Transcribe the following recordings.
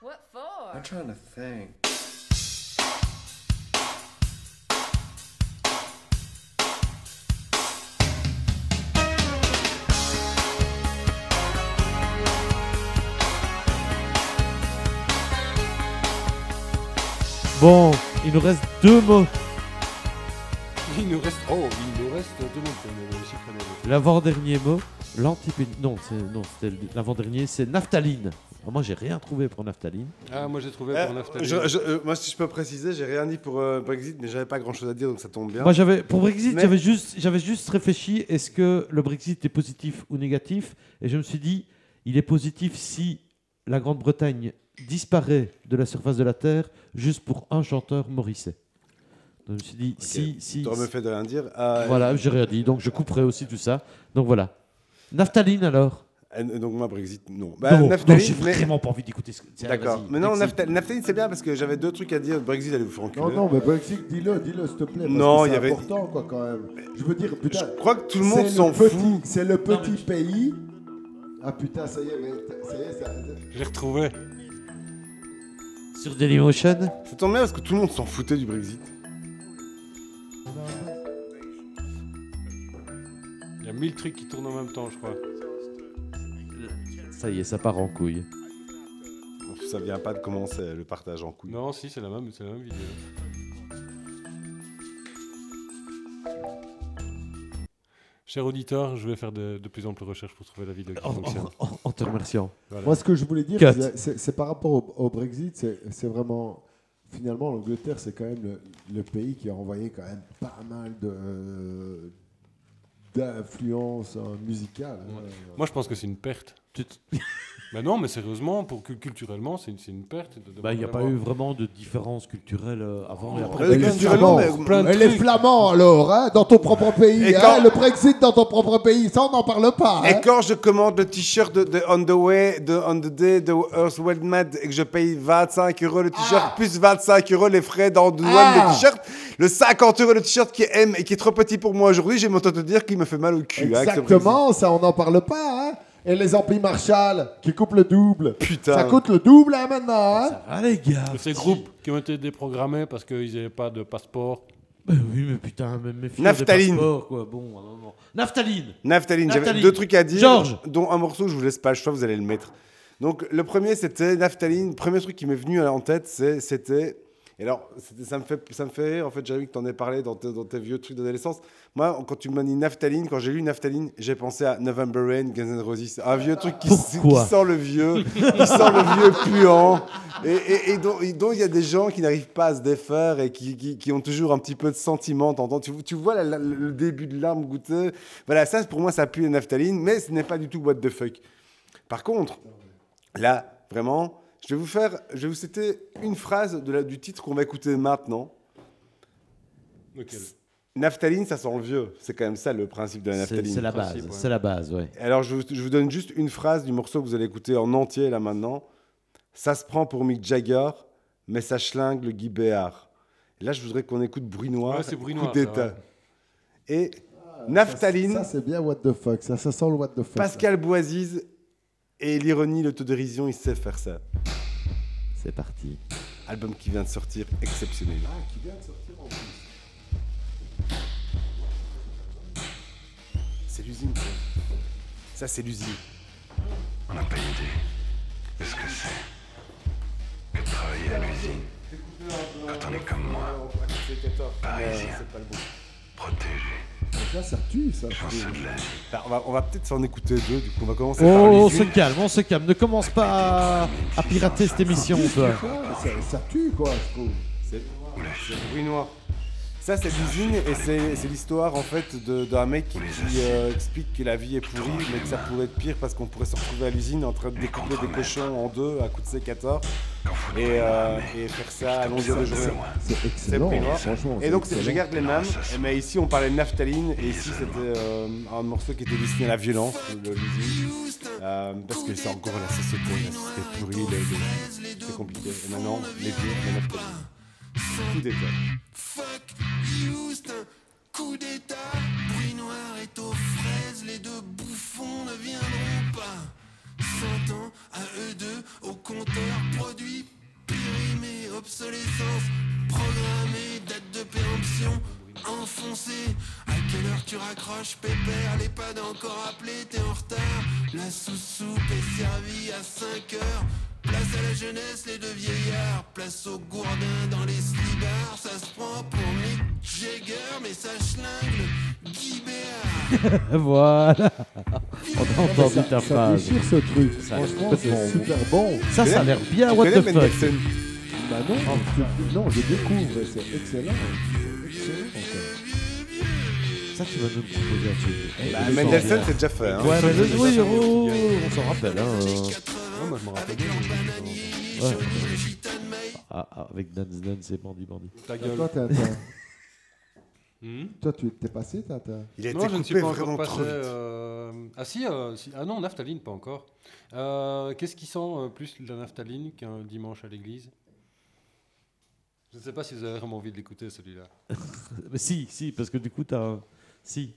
What for? I'm trying to think. Bon, il nous reste deux mots. Il nous reste. Oh, il nous reste deux mots. On avait aussi très bien noté. L'avant-dernier mot, l'antipénie. Non, c'est- non, c'était le- l'avant-dernier, c'est naphtaline. Alors moi, j'ai rien trouvé pour naphtaline. Ah, moi j'ai trouvé Euh, pour Naftali. je- je- euh, moi, si je peux préciser, j'ai rien dit pour euh, Brexit, mais j'avais pas grand chose à dire, donc ça tombe bien. Moi, j'avais pour Brexit, Mais- j'avais juste, j'avais juste réfléchi est-ce que le Brexit est positif ou négatif Et je me suis dit, il est positif si la Grande-Bretagne disparaît de la surface de la terre juste pour un chanteur Morisset. Donc, je me suis dit, si, si, T'aurais me si- fait de rien dire. Euh, voilà, j'ai rien dit, donc je couperai aussi tout ça. Donc voilà. Naphtaline alors euh, donc, moi, Brexit, non. Bah, Non, non, Naftali, j'ai mais- vraiment pas envie d'écouter ce que tiens, D'accord. vas-y, Mais non, Brexit. Naftali, Naftali, c'est bien parce que j'avais deux trucs à dire. Brexit, allez vous faire Non, enculer. non, mais Brexit, dis-le, dis-le, s'il te plaît. parce Non, il que y c'est avait- important, quoi, quand même. Je veux dire, Je putain. crois que tout le c'est monde s'en petit- fout. C'est le mais petit pays. Ah putain, ça y est, mais ça y est, ça. Je l'ai retrouvé. Sur Dailymotion Ça tombe bien parce que tout le monde s'en foutait du Brexit. Il y a mille trucs qui tournent en même temps, je crois. Ça y est, ça part en couille. Ça vient pas de commencer le partage en couille. Non, si, c'est la même, c'est la même vidéo. Cher auditeur, je vais faire de, de plus amples recherches pour trouver la vidéo qui En, fonctionne. en- en- en te remerciant. Moi, ce que je voulais dire, Cut. c'est- c'est c'est par rapport au, au Brexit, c'est c'est vraiment. Finalement, l'Angleterre, c'est quand même le, le pays qui a envoyé quand même pas mal de d'influence hein, musicale. hein. Moi, je pense que c'est une perte. Tu te- Bah non, mais sérieusement, pour, cul- culturellement, c'est une, c'est une perte. de- de- Bah, il n'y a pas d'avoir- eu vraiment de différence culturelle euh, avant et après. Euh, les culturellement, Flamands. mais plein de Et les trucs. Flamands, alors, hein, dans ton propre pays, Et hein, quand- le Brexit dans ton propre pays, ça on n'en parle pas. hein. Et quand je commande le t-shirt de, de On the Way, de On the Day, de Earth Wild Mad, et que je paye 25 euros le t-shirt, Ah. plus 25 euros les frais dans douane Ah. le t-shirt, le 50 euros le t-shirt qui est M et qui est trop petit pour moi aujourd'hui, j'ai mon temps de dire qu'il me fait mal au cul. hein, avec ce Exactement, ça on n'en parle pas. hein. Et les amplis Marshall qui coupent le double. Putain. Ça coûte le double hein, maintenant. hein. Ah les gars Ces groupes qui ont été déprogrammés parce qu'ils n'avaient pas de passeport. Bah oui, mais putain, même mes filles Naphtaline. quoi. Bon, à un moment. Naphtaline Naphtaline, j'avais Naphtaline. deux trucs à dire, Georges. dont un morceau que je vous laisse pas le choix, vous allez le mettre. Donc le premier c'était Naphtaline, premier truc qui m'est venu en tête, c'est- c'était et alors c'était- ça me fait ça me fait rire en fait, Jérémy que t'en aies parlé dans, tes- dans tes vieux trucs d'adolescence. Moi quand tu m'as dit Naphtaline, quand j'ai lu Naphtaline, j'ai pensé à November Rain, Guns N' Roses, un vieux truc qui, Pourquoi qui sent le vieux, qui sent le vieux puant et, et- et dont et dont il y a des gens qui n'arrivent pas à se défaire et qui, qui- qui ont toujours un petit peu de sentiment. t'entends. Tu, tu vois la- la- le début de l'arme goûteux. Voilà, ça pour moi ça pue la naphtaline, mais ce n'est pas du tout what the fuck. Par contre, là, vraiment, je vais vous faire, je vais vous citer une phrase de la- du titre qu'on va écouter maintenant. Lequel Naphtaline, ça sent le vieux. C'est quand même ça le principe de la C'est naphtaline. c'est la Principe, base, ouais. c'est la base, ouais. Alors, je, vous- je vous donne juste une phrase du morceau que vous allez écouter en entier là maintenant. Ça se prend pour Mick Jagger, mais ça schlingue le Guy Béard. Et là, je voudrais qu'on écoute Bruit Noir, Ouais, c'est Bruit Coup Noir, ça, d'État. ouais. Ah, Et Ça, Naphtaline, c'est bien what the fuck. Ça, ça sent le what the fuck. Pascal Boisiz et l'ironie, l'autodérision, ils savent faire ça. C'est parti. Album qui vient de sortir, exceptionnel. ça. Ah, Qui vient de sortir en plus. C'est l'usine, ça. Ça, c'est l'usine. On n'a pas idée de ce que c'est que de travailler à l'usine. Quand on est comme moi, parisien, protégé, Donc là, ça tue, ça. chanceux de la vie. Enfin, Bah, on va, on va peut-être s'en écouter deux, du coup, on va commencer par Oh, on se l'usine. calme, on se calme. Ne commence pas à, à pirater cette émission, toi. Ah, ça, ça tue, quoi, je trouve. C'est c'est bruit noir. Ça, c'est l'usine et c'est c'est l'histoire en fait de- d'un mec qui euh, explique que la vie est pourrie, mais que ça pourrait être pire parce qu'on pourrait se retrouver à l'usine en train de découper des cochons en deux à coups de sécateur et, euh, et faire ça à longueur de journée. C'est C'est excellent. hein, bruit noir. Franchement, Et donc, c'est- c'est je excellent. garde les mêmes, mais ici on parlait de naphtaline et ici c'était euh, un morceau qui était destiné à la violence, de l'usine. Euh, parce que c'est encore la société, la société pourrie, les- les- c'est compliqué. Et maintenant, les vieux, la naphtaline. Tout détail. à eux deux au compteur produit tous les sens Programmé, date de péremption enfoncé À quelle heure tu raccroches pépère Les pads encore appelés, t'es en retard La sous-soupe est servie à 5 heures Place à la jeunesse, les deux vieillards Place aux gourdins dans les slibards Ça se prend pour Mick Jagger Mais ça schlingue Guy Béard voilà. On a Ça, entendu ta ça phrase. déchire ce truc. Ça a l'air Franchement, complètement c'est super bon. Ça, ça a l'air Ah, bien. What the fuck Bah non, je- non, je découvre. C'est excellent. C'est excellent, en fait. Ça, tu vas nous proposer un truc. Bah, Mendelssohn, c'est déjà fait. hein. Ouais, mais le- oui, oh, on s'en rappelle. Hein. euh. Ouais. Ah, ah, avec Dance Dance et Bandit Bandit. Ta gueule. Toi, t'as- t'as- Hmm toi, tu t'es passé, Tata Il a été Non, je ne suis coupé pas encore vraiment passé. trop vite. euh, Ah si, euh, si- ah non, naphtaline, pas encore. Euh, Qu'est-ce qui sent euh, plus la naphtaline qu'un dimanche à l'église Je ne sais pas si vous avez vraiment envie de l'écouter celui-là. Mais si, si, parce que du coup, t'as un. Si.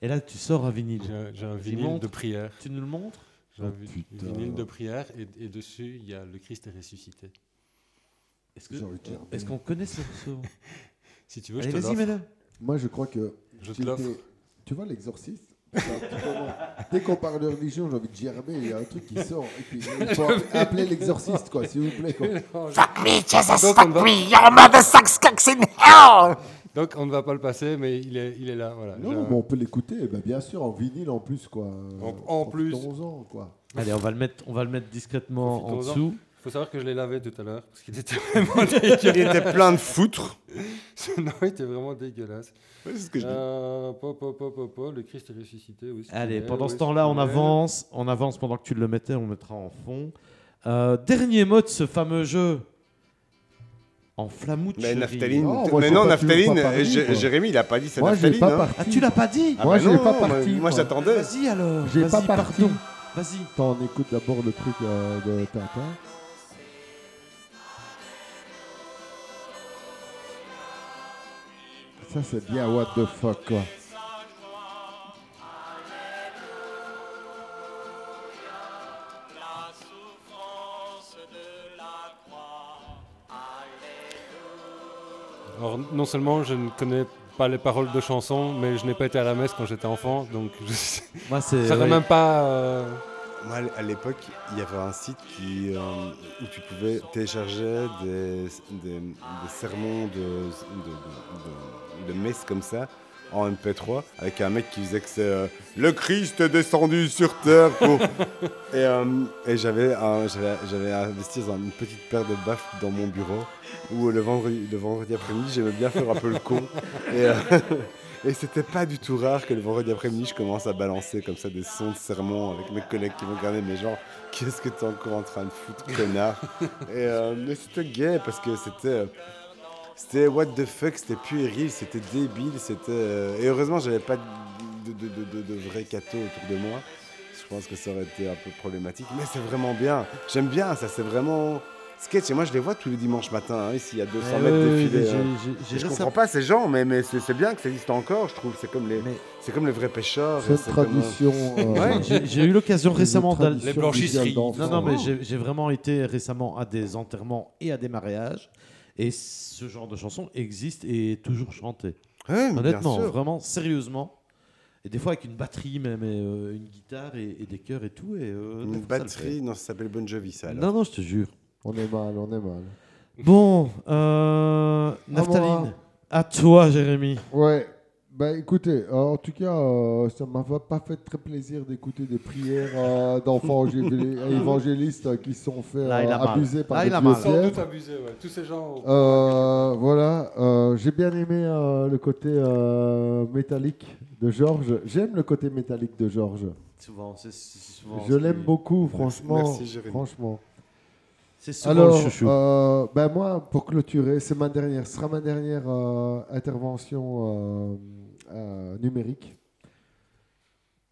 Et là, tu sors un vinyle. J'ai un- j'ai un Vas-y, vinyle montre. de prière. Tu nous le montres J'ai un Oh, vi- putain. vinyle de prière et, et dessus il y a le Christ est ressuscité. Est-ce J'ai que- envie de dire, est-ce qu'on connaît ce morceau Si tu veux, Allez, je te vas-y, l'offre. mets-le. Moi, je crois que. Je te j'ai l'offre. été- Tu vois, l'exorciste c'est un petit peu bon. Dès qu'on parle de religion, j'ai envie de gerber. Il y a un truc qui sort. Et puis, il faut appeler l'exorciste, quoi, s'il vous plaît. quoi. Donc on, ne va, Your mother sucks cocks in hell! donc, on ne va pas le passer, mais il est, il est là. Voilà. Non, J'ai non, un- mais on peut l'écouter, eh ben, bien sûr, en vinyle en plus, quoi. En- en plus. Profitons-en, quoi. Allez, on va le mettre, on va le mettre discrètement en Profitons-en. dessous. faut savoir que je l'ai lavé tout à l'heure parce qu'il était vraiment dégueulasse. Il était plein de foutre. non, il était vraiment dégueulasse. Ouais, c'est ce que je dis. Euh, po, po, po, po, po, le Christ est ressuscité. Où est-ce qu'il Allez, est, pendant où ce est-ce temps-là, on qu'il est avance, on avance pendant que tu le mettais, on le mettra en fond. Euh, dernier mot de ce fameux jeu. En flamouche. Mais Naphtaline, Non, t- moi, mais je non, sais pas, tu veux Naphtaline, pas parler, euh, Jé- quoi. Jérémy, il a pas dit c'est Moi, je n'ai Naphtaline. pas hein. parti. Ah, tu l'as pas dit Ah Moi, bah je l'ai non, pas parti, Moi, quoi. j'attendais. Vas-y alors. J'ai vas-y, pas parti. pardon. Vas-y. Attends, on écoute d'abord le truc euh, de Tintin. Ça, c'est bien what the fuck, quoi. La souffrance de la croix. Alors, non seulement je ne connais pas les paroles de chansons, mais je n'ai pas été à la messe quand j'étais enfant, donc je sais Moi, c'est. ça va ouais. même pas. euh, Moi, à l'époque, il y avait un site qui, euh, où tu pouvais télécharger des, des, des sermons de, de, de- de- de messe comme ça en MP3 avec un mec qui disait que c'est euh, le Christ est descendu sur terre pour- et, euh, et j'avais un- j'avais j'avais investi dans une petite paire de baffes dans mon bureau où le vendredi, le vendredi après-midi j'aimais bien faire un peu le con et, euh, et c'était pas du tout rare que le vendredi après-midi, je commence à balancer comme ça des sons de sermon avec mes collègues qui me regardaient, mais genre, qu'est-ce que t'es encore en train de foutre, connard Et euh, mais c'était gay parce que c'était. euh, C'était what the fuck, c'était puéril, c'était débile, c'était. euh, Et heureusement, j'avais pas de, de, de, de, de vrais cathos autour de moi. Je pense que ça aurait été un peu problématique, mais c'est vraiment bien. J'aime bien ça, c'est vraiment. Sketch, et moi je les vois tous les dimanches matin, hein, ici à 200 Ouais, mètres ouais, défilé. j'ai- hein. j'ai- j'ai Je récem- comprends pas ces gens, mais, mais c'est c'est bien que ça existe encore, je trouve. C'est comme les, Mais- c'est comme les vrais pêcheurs. et Cette c'est comme, euh, tradition. euh, Ouais, j'ai- J'ai eu l'occasion une récemment d'aller. tradition Les blanchisseries. visuelle d'enfant. Non, non, mais j'ai j'ai vraiment été récemment à des enterrements et à des mariages. Et ce genre de chanson existe et est toujours chantée. ouais, mais bien Honnêtement, sûr. vraiment, sérieusement. Et des fois avec une batterie, même et, euh, une guitare et, et des chœurs et tout. Et, euh, des Une fois, ça le batterie, non, ça s'appelle Bon Jovi, ça. fait. alors. Non, non, je te jure. On est mal, on est mal. Bon, euh, Naphtaline, à toi, Jérémy. Ouais. Bah écoutez, euh, en tout cas, euh, ça m'a va- pas fait très plaisir d'écouter des prières euh, d'enfants évangé- évangélistes euh, qui se sont fait Là, il a euh, mal. abuser par Là, des il a vieux mal. Sans fièvres. doute abusé, ouais. Tous ces gens. Euh, voilà, euh, j'ai bien aimé euh, le côté euh, métallique de Georges. J'aime le côté métallique de Georges. Souvent, c'est souvent. Je l'aime beaucoup, franchement. Merci, Jérémy. franchement. C'est souvent Alors, le chouchou. euh, ben moi, pour clôturer, c'est ma dernière, ce sera ma dernière euh, intervention euh, euh, numérique.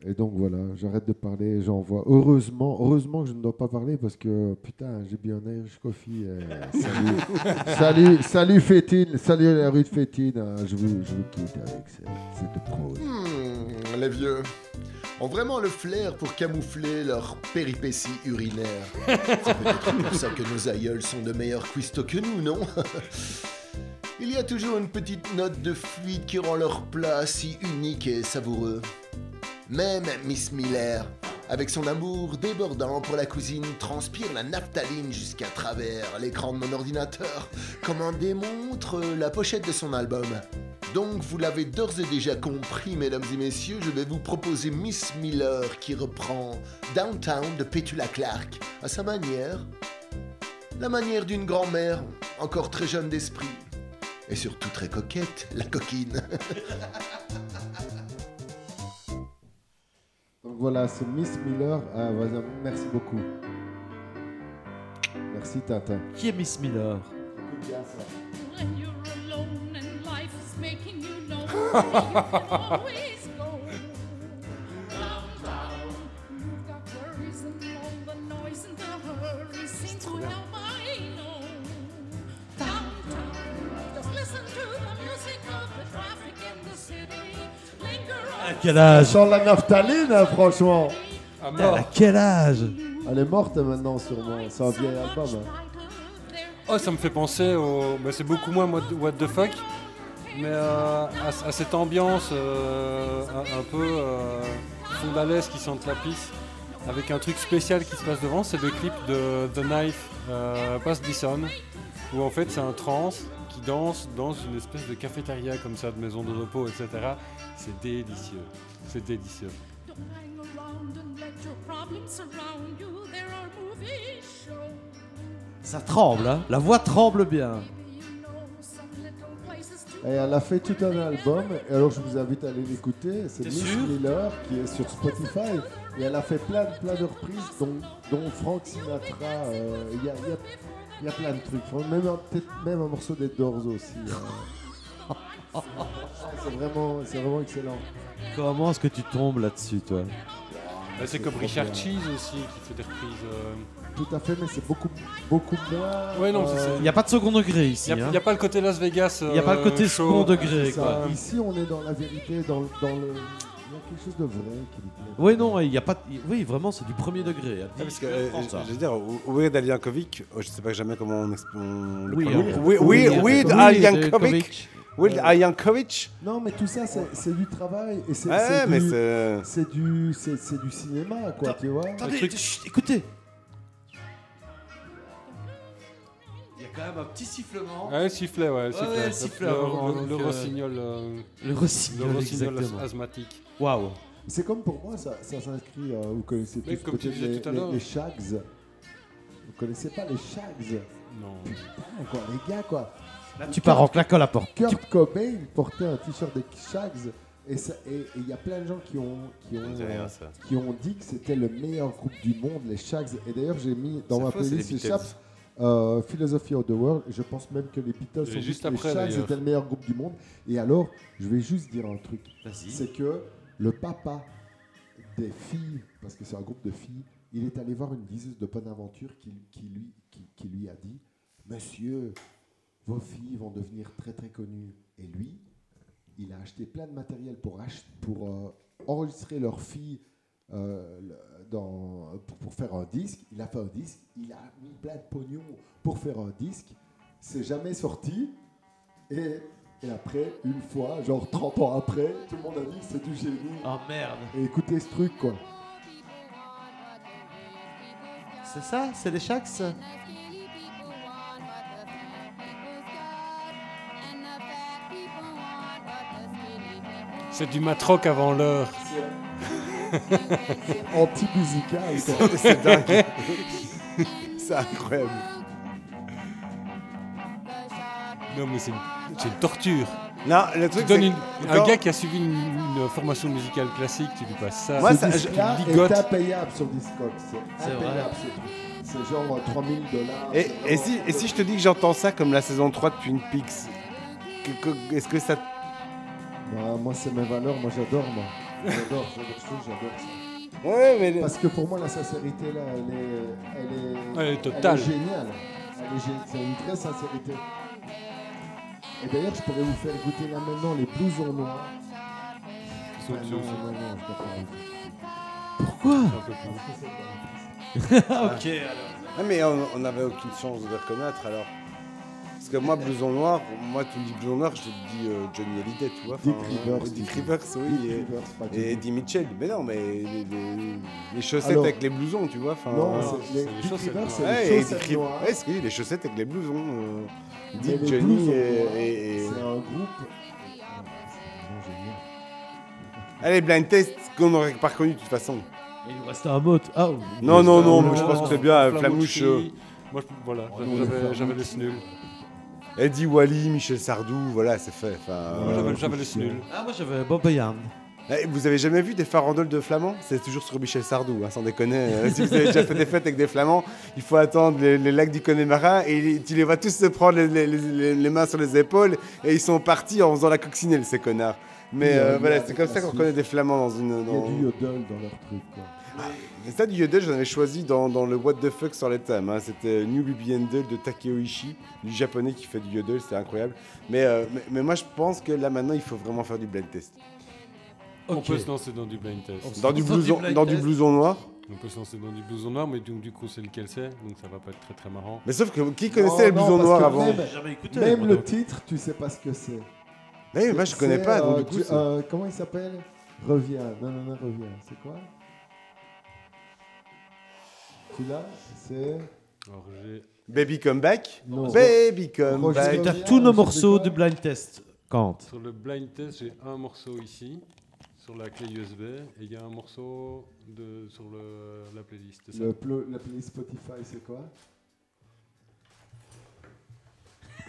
Et donc voilà, j'arrête de parler, j'envoie. Heureusement, heureusement que je ne dois pas parler parce que putain, j'ai bien Irish Coffee. euh, salut, salut, salut Fétine, salut la rue de Fétine. hein, je, vous, je vous quitte avec cette, cette prose. Hmm, les vieux ont vraiment le flair pour camoufler leurs péripéties urinaires. C'est peut-être pour ça que nos aïeuls sont de meilleurs cuistots que nous, non Il y a toujours une petite note de fluide qui rend leur plat si unique et savoureux. Même Miss Miller, avec son amour débordant pour la cousine, transpire la naphtaline jusqu'à travers l'écran de mon ordinateur, comme en démontre la pochette de son album. Donc vous l'avez d'ores et déjà compris, mesdames et messieurs, je vais vous proposer Miss Miller qui reprend Downtown de Petula Clark à sa manière. La manière d'une grand-mère, encore très jeune d'esprit. Et surtout très coquette, la coquine. Donc voilà, c'est Miss Miller. Ah, vas-y, merci beaucoup. Merci Tintin. Qui est Miss Miller When you're alone and life is making you lonely, you can always go downtown. You've got worries and all the noise and the hurry seems well I know. Downtown, just listen to the music of the traffic in the city. Linger on. Quel âge Sans la naphtaline, hein, franchement. À À mort. quel âge Elle est morte hein, maintenant, sûrement. C'est un vieil album. hein. Oh, ça me fait penser au. bah, c'est beaucoup moins what the- what the fuck, mais euh, à, à cette ambiance euh, un, un peu euh, fond d'alaise qui sente la pisse, avec un truc spécial qui se passe devant, c'est le clip de The Knife euh, Pass Dison, où en fait c'est un trans qui danse dans une espèce de cafétéria comme ça, de maison de repos, etc. C'est délicieux. C'est délicieux. Don't hang around and let your problems surround you. There are movie shows. Ça tremble, hein La voix tremble bien. Maybe you know some little places to Et elle a fait tout un album, et alors je vous invite à aller l'écouter. C'est Miss Miller qui est sur Spotify. Et elle a fait plein, plein de reprises, dont, dont Frank Sinatra. euh, Il y, a, il y a- il y a plein de trucs. Franck, Même un, peut-être même un morceau des Doors aussi. euh. C'est vraiment, c'est vraiment excellent. Comment est-ce que tu tombes là-dessus, toi Bah, c'est comme Richard Cheese aussi qui fait des reprises. euh. Tout à fait, mais c'est beaucoup, beaucoup moins. Ouais, non, c'est- euh, Il n'y a pas de second degré Il ici. n'y a, hein. y a pas le côté Las Vegas. euh, Il Il n'y a pas le côté second degré. ça. Quoi. Ici, on est dans la vérité, dans, le- dans le. Il y a quelque chose de vrai qui nous plaît. Oui, non, il n'y a pas. Oui, vraiment, c'est du premier degré. hein. Parce que, euh, je veux dire, Wi- Weird Al Yankovic, euh, je sais pas jamais comment on, exp- on le Oui, prononce. hein. Wi- Oui, Wi- Weird euh, Al oui, Yankovic. Yankovic. Weird Al Yankovic. Non, mais tout ça, c'est c'est du travail. Et c'est Ouais, c'est mais du- c'est. euh, c'est du, c'est c'est du cinéma, quoi, tu vois. Attendez, truc- chut, écoutez. Il y a quand même un petit sifflement. Ouais, le Ah, sifflet, ouais, le Ouais, sifflet. ouais, le Le- sifflet, le, vraiment, le- le donc, euh, rossignol, euh, Le le rossignol, rossignol exactement. asthmatique. Waouh. C'est comme pour moi, ça, ça s'inscrit. euh, vous connaissez Mais tous comme tu peut-être disais les, tout à les- l'heure. les Shags. Vous connaissez pas les Shags Non. Putain, quoi, les gars, quoi. Là, tu pars en claquant la porte. Kurt Cobain portait un t-shirt des Shags. Et ça- et- et il y a plein de gens qui ont, qui ont, C'est rien, euh, ça. qui ont dit que c'était le meilleur groupe du monde, les Shags. Et d'ailleurs, j'ai mis dans C'est ma faux, c'est les playlist les Beatles. Shags, euh, Philosophy of the World. Je pense même que les Beatles Et ont juste dit que après, les Shags d'ailleurs. étaient le meilleur groupe du monde. Et alors, je vais juste dire un truc. Vas-y. C'est que le papa des filles, parce que c'est un groupe de filles, il est allé voir une liseuse de Bonaventure qui, qui, lui, qui, qui lui a dit Monsieur, vos filles vont devenir très très connues. Et lui, il a acheté plein de matériel pour, ach- pour euh, enregistrer leurs filles euh, le- dans, pour, pour faire un disque. Il a fait un disque, il a mis plein de pognon pour faire un disque. C'est jamais sorti. Et, et après, une fois, genre 30 ans après, tout le monde a dit que c'est du génie. Oh merde. Et écoutez ce truc quoi. C'est ça C'est les Shax C'est du matroc avant l'heure. Anti-musical. ça. C'est dingue. C'est incroyable. Non, mais c'est une, c'est une torture. Non, le Tu truc. donnes c'est une- que un quand- gars qui a suivi une, une formation musicale classique, tu lui passes ça. Moi, Ce ça- je- disque-là je Ah, est ligote. impayable sur Discord. C'est C'est vrai. impayable ce truc. C'est genre euh, 3000 dollars. Et, et si, et si je te dis que j'entends ça comme la saison 3 de Twin Peaks que- que- Est-ce que ça. Bah, moi, c'est mes valeurs, moi j'adore. Moi. J'adore, j'adore ce truc, j'adore ça. Ouais, mais. Parce que pour moi, la sincérité, là, elle est, elle est, Elle est totale. elle est géniale. Elle est gé- C'est une vraie sincérité. Et d'ailleurs, je pourrais vous faire goûter là maintenant les blousons noirs. Ils Enfin, sont- ils non, sont- Ah, non, non, je préfère vous. Pourquoi c'est un peu plus- Parce que c'est pas- Ah, mais on n'avait aucune chance de les reconnaître alors. Parce que moi, blouson noir, pour moi, tu me dis blouson noir, je te dis euh, Johnny Hallyday, tu vois. enfin, Dick Rivers, euh, Dick Dick Rivers, oui. et- Dick Rivers, pas Et Dick Eddie Mitchell. Mais non, mais les, les- les chaussettes Alors- avec les blousons, tu vois. enfin, Non, euh, non, c'est- c'est les les Dick chaussettes Rivers, noires. c'est ouais, les et Dick chaussettes Rivers- noires. ouais, c'est oui, les chaussettes avec les blousons. euh, Mais Dick, les Johnny blousons et. noirs, et- et- hein. C'est un groupe. Allez, blind test qu'on n'aurait pas reconnu de toute façon. Il nous reste un mot. Ah, Non, non, non, Flamouche, moi je pense que c'est bien. euh, Flamouche, Flamouche, euh, Moi, je- voilà, nous, j'avais- les Flamouches. j'avais les nuls. euh, Eddie Wally, Michel Sardou, voilà, c'est fait. enfin, Moi, euh, j'avais- j'avais les nuls. Ah, moi j'avais Bob Bayard. Eh, Vous avez jamais vu des farandoles de flamands C'est toujours sur Michel Sardou, hein, sans déconner. Euh, si vous avez déjà fait des fêtes avec des flamands, il faut attendre les, les lacs du Connemara et tu les vois tous se prendre les, les- les- les mains sur les épaules et ils sont partis en faisant la coccinelle, ces connards. Mais Oui, euh, euh, voilà, il y a c'est des comme ça qu'on classiques. reconnaît des flamands dans une. Il y a Dans... du yodel dans leur truc. quoi. Et ça, du yodel, j'en avais choisi dans, dans le What the fuck sur les thèmes. hein. C'était New Baby Handel de Takeo Ishii, du japonais qui fait du yodel, c'est incroyable. Mais, euh, mais, mais moi je pense que là maintenant il faut vraiment faire du blind test. On peut se lancer dans du blind test. Dans du Sorti blouson, blind dans du test. blouson noir On peut se lancer dans du blouson noir, mais donc, du coup, c'est lequel c'est, donc ça va pas être très très marrant. Mais sauf que qui connaissait Non, les blousons Oh, non, parce noirs que avant même- Mais Jamais écouté. Même moi, le donc. titre, tu sais pas ce que c'est. Eh, moi je connais C'est, pas, donc euh, du coup. du- c'est- euh, comment il s'appelle Reviens. Non, non, non, reviens. C'est quoi Tu l'as C'est. Alors, j'ai- Baby Come Back Non. Baby Come Roger Back Taylor. T'as tous nos Je sais morceaux pas. du blind test. Kant. sur le blind test, j'ai un morceau ici, sur la clé USB, et il y a un morceau de, sur le, la playlist. c'est ça Le plo- la playlist Spotify, c'est quoi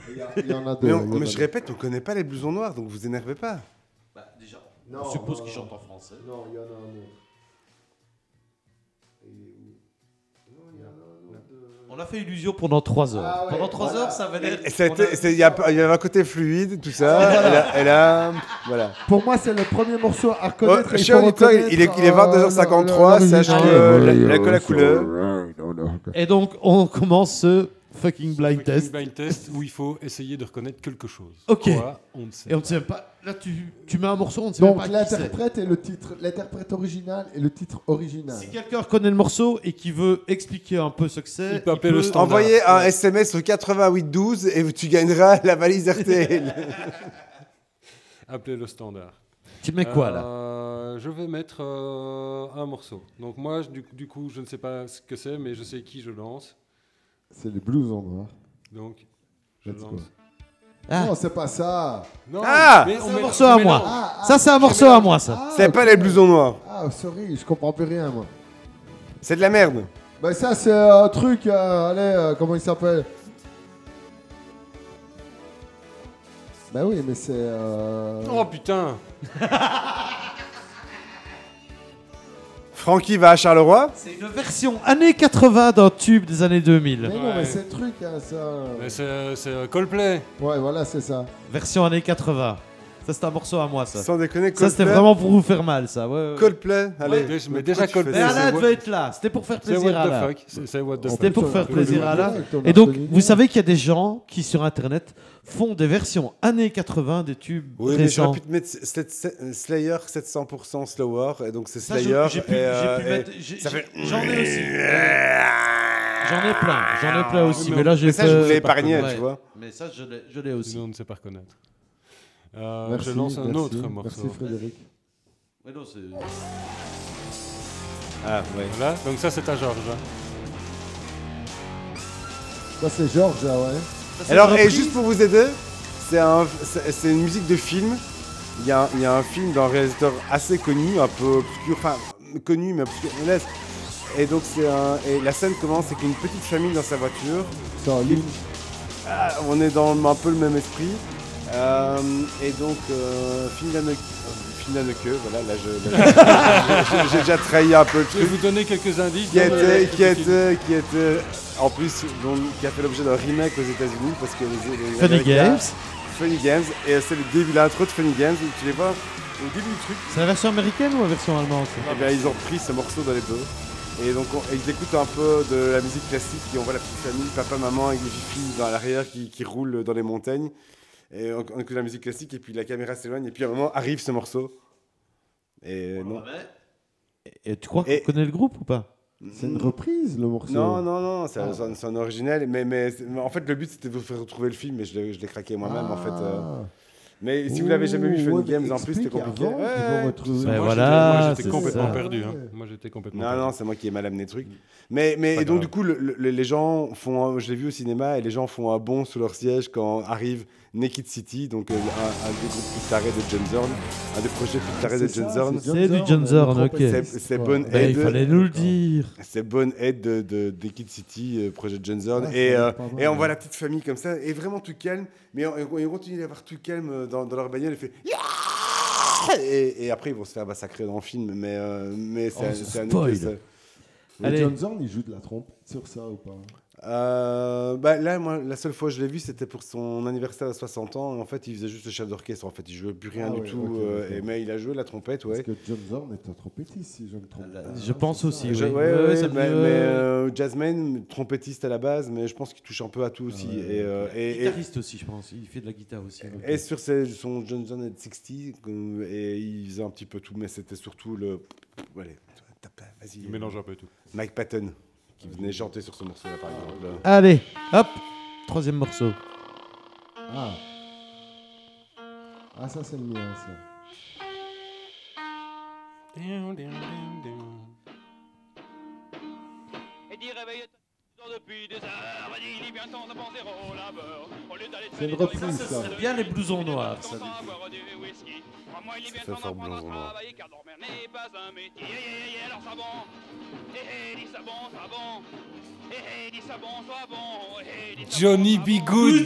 Il y a- il y en a deux. mais, on- il y en a mais je deux. répète, on connaît pas les blousons noirs, donc vous énervez pas. Bah, déjà, Non, non, non. en français. Non, il y en a un autre. Et il est où Non, il y en a un autre. de- On a fait illusion pendant 3 heures. Ah ouais, pendant 3 voilà. heures, ça valait. Et ça a été- c'est- Il y, a- il y avait un côté fluide, tout ça. et là, et là, voilà. Pour moi, c'est le premier morceau à reconnaître. Oh, et il cher faut auditeur, reconnaître, il est- il est euh, Oh 22h53, le- le- sache que- l'original. Euh, la- la colle à couleur. Et donc, on commence ce fucking blind Fucking test. blind test où il faut essayer de reconnaître quelque chose. Ok. Quoi On ne sait. Et on ne sait pas. Là, tu, tu mets un morceau, on ne sait même Donc pas qui c'est. l'interprète et le titre, l'interprète original et le titre original. Si quelqu'un reconnaît le morceau et qui veut expliquer un peu ce que c'est, Il peut appeler le standard. Envoyez un SMS au 8812 et tu gagneras la valise RTL. Appelez le standard. Tu mets quoi là Euh, Je vais mettre euh, un morceau. Donc moi, je- du, du coup, je ne sais pas ce que c'est, mais je sais qui je lance. C'est les blues en noir. Donc, je Let's go. lance. Ah. Non, c'est pas ça. Non, Ah mais C'est un met- morceau à mélange. moi. Ah, ah, Ça, c'est un morceau à moi, ça. ah, c'est pas les blousons noirs, Ah, sorry, je comprends plus rien moi. c'est de la merde. Bah ça, c'est euh, un truc. euh, allez, euh, comment il s'appelle Bah oui, mais c'est. euh, Oh putain Francky va à Charleroi C'est une version années 80 d'un tube des années 2000. Mais non, mais Ouais. c'est le truc, hein, ça. Mais c'est c'est, euh, Coldplay. Ouais, voilà, c'est ça. Version années 80. Ça, c'est un morceau à moi, ça. Sans déconner, Ça, Coldplay. c'était vraiment pour vous faire mal, ça. Ouais, ouais. Coldplay, allez. Ouais, mais Pourquoi déjà tu fais Coldplay, Mais ça c'est Alain what- devait être là. C'était pour faire C'est plaisir à What Alain. the fuck. C'est c'est What the En fuck. C'était pour on faire peut le plaisir jouer à Alain. direct, on a Et donc, reconnu. vous savez qu'il y a des gens qui, sur Internet, font des versions années 80 des tubes Oui, mais j'aurais récents. pu te mettre Sl- Sl- euh, Slayer 700% slower, et donc c'est Ça, je- Slayer. j'ai pu- et, j'ai euh, pu et- mettre- j'ai- ça fait- j'ai- J'en ai aussi. J'en ai plein. J'en ai plein aussi. Mais Mais là, j'ai Ah, Mais ça, je fait- voulais épargner, Ouais. tu vois. Mais ça, je l'ai- je l'ai aussi. Sinon, on ne sait pas reconnaître. Euh, Merci, je lance un merci, autre morceau. Merci Frédéric. Ouais, non, c'est- Ah, ouais. Voilà, donc ça c'est à Georges. hein. Ça, c'est Georges, là, ouais. ça, c'est Alors, une et reprise. juste pour vous aider, c'est un- c'est c'est une musique de film. Il y a, un- il y a un film d'un réalisateur assez connu, un peu obscur, enfin connu mais obscur, on laisse. Et donc c'est un- et la scène commence avec une petite famille dans sa voiture. C'est en ligne. Ah, on est dans un peu le même esprit. Euh, et donc, euh, Finlaneke, euh, Finlaneke, voilà, là je- là, je- j'ai- j'ai déjà trahi un peu le Je vais truc. vous donner quelques indices. euh, Qui dans le- était, qui était, qui était, en plus, dont- qui a fait l'objet d'un remake aux États-Unis parce que les, les- les Funny Américains- Games. Funny Games, et c'est le début, l'intro de Funny Games, où tu les vois, Au début du truc, C'est la version américaine ou la version allemande ça eh ben, ils ont pris ce morceau dans les deux. Et donc on- ils écoutent un peu de la musique classique et on voit la petite famille, papa, maman avec les filles dans l'arrière qui, qui roulent dans les montagnes. Et on, on écoute la musique classique et puis la caméra s'éloigne et puis à un moment arrive ce morceau. Et non. Et tu crois qu'on Et- connaît le groupe ou pas C'est une reprise, le morceau. Non, non, non, c'est un- c'est un, c'est un original. Mais, mais, c'est- mais en fait, le but c'était de vous faire retrouver le film, mais je l'ai je l'ai craqué moi-même en fait. euh. Ah. Mais si vous l'avez jamais vu, Ouh, Fun ouais, Games en plus, explique c'était compliqué. avant qu'ils Ouais, vont ouais. retrouver- Ouais, Moi, Ben voilà, j'étais- moi, c'est j'étais complètement ça. perdu. hein. Ouais. Moi j'étais complètement Non, perdu. non, c'est moi qui ai mal amené le truc. Mais, mais Pas et grave. donc, du coup, le- le- les gens font. un- Je l'ai vu au cinéma et les gens font un bond sous leur siège quand arrive Naked City, donc euh, un, un des groupes plus tarés de John Zorn, un des projets plus tarés de C'est John ça, Zorn. C'est du John le Zorn, ok. trompettiste, C'est- c'est quoi. bonne- Ben, Et Il de- fallait nous le dire. C'est bonne aide de, de, des Kid City, euh, projet de John Zorn. Ouais, ça et, a l'air euh, pas mal, et on ouais. voit la petite famille comme ça, et vraiment tout calme. Mais on, on- on continue d'avoir tout calme euh, dans, dans leur bagnole. Et, fait Yeah et, et après, ils vont se faire massacrer dans le film. Mais, euh, mais c'est Oh, un- ce c'est un autre spoil. ça. Et Allez. John Zorn, il joue de la trompette sur ça ou pas Euh, bah, là, moi, la seule fois que je l'ai vu, c'était pour son anniversaire à 60 ans. Et en fait, il faisait juste le chef d'orchestre. En fait, il jouait plus rien Ah du ouais, tout. ok, euh, ok. et- mais il a joué la trompette, ouais. Parce que John Zorn est un trompettiste, si je me trompe pas. Euh, Je pense C'est aussi, ça. oui. Je- ouais, ouais, ouais, ça me mais, dit, mais, ouais. euh, Jazzman, trompettiste à la base, mais je pense qu'il touche un peu à tout aussi. Ah ouais, et, euh, et, et- Guitariste aussi, je pense. Il fait de la guitare aussi. et sur ses- son John John at 60, comme- et il faisait un petit peu tout, mais c'était surtout le. Allez, tape, vas-y. Il mélange un peu tout. Mike Patton, qui venait chanter sur ce morceau-là, par exemple. Allez, hop, troisième morceau. Ah. Ah, ça, c'est le mien, ça. Et dit réveille-toi depuis des heures. Et dit il est bien temps de penser au labeur. Au lieu d'aller C'est traîner une dans les reprise, bassins, ça. c'est Bien les blousons Il est noirs, bien ça, temps du d'en coup. boire du whisky. Pour Oh, moi, il est bien Ça fait temps fort d'apprendre à blouson noir. travailler, car dormir n'est pas un métier. Eh, eh, eh, alors ça bon. Eh, eh, dis ça bon, ça bon. Eh, eh, dis ça bon, ça bon. Eh, eh, dis ça Johnny bon, ça Be bon. Good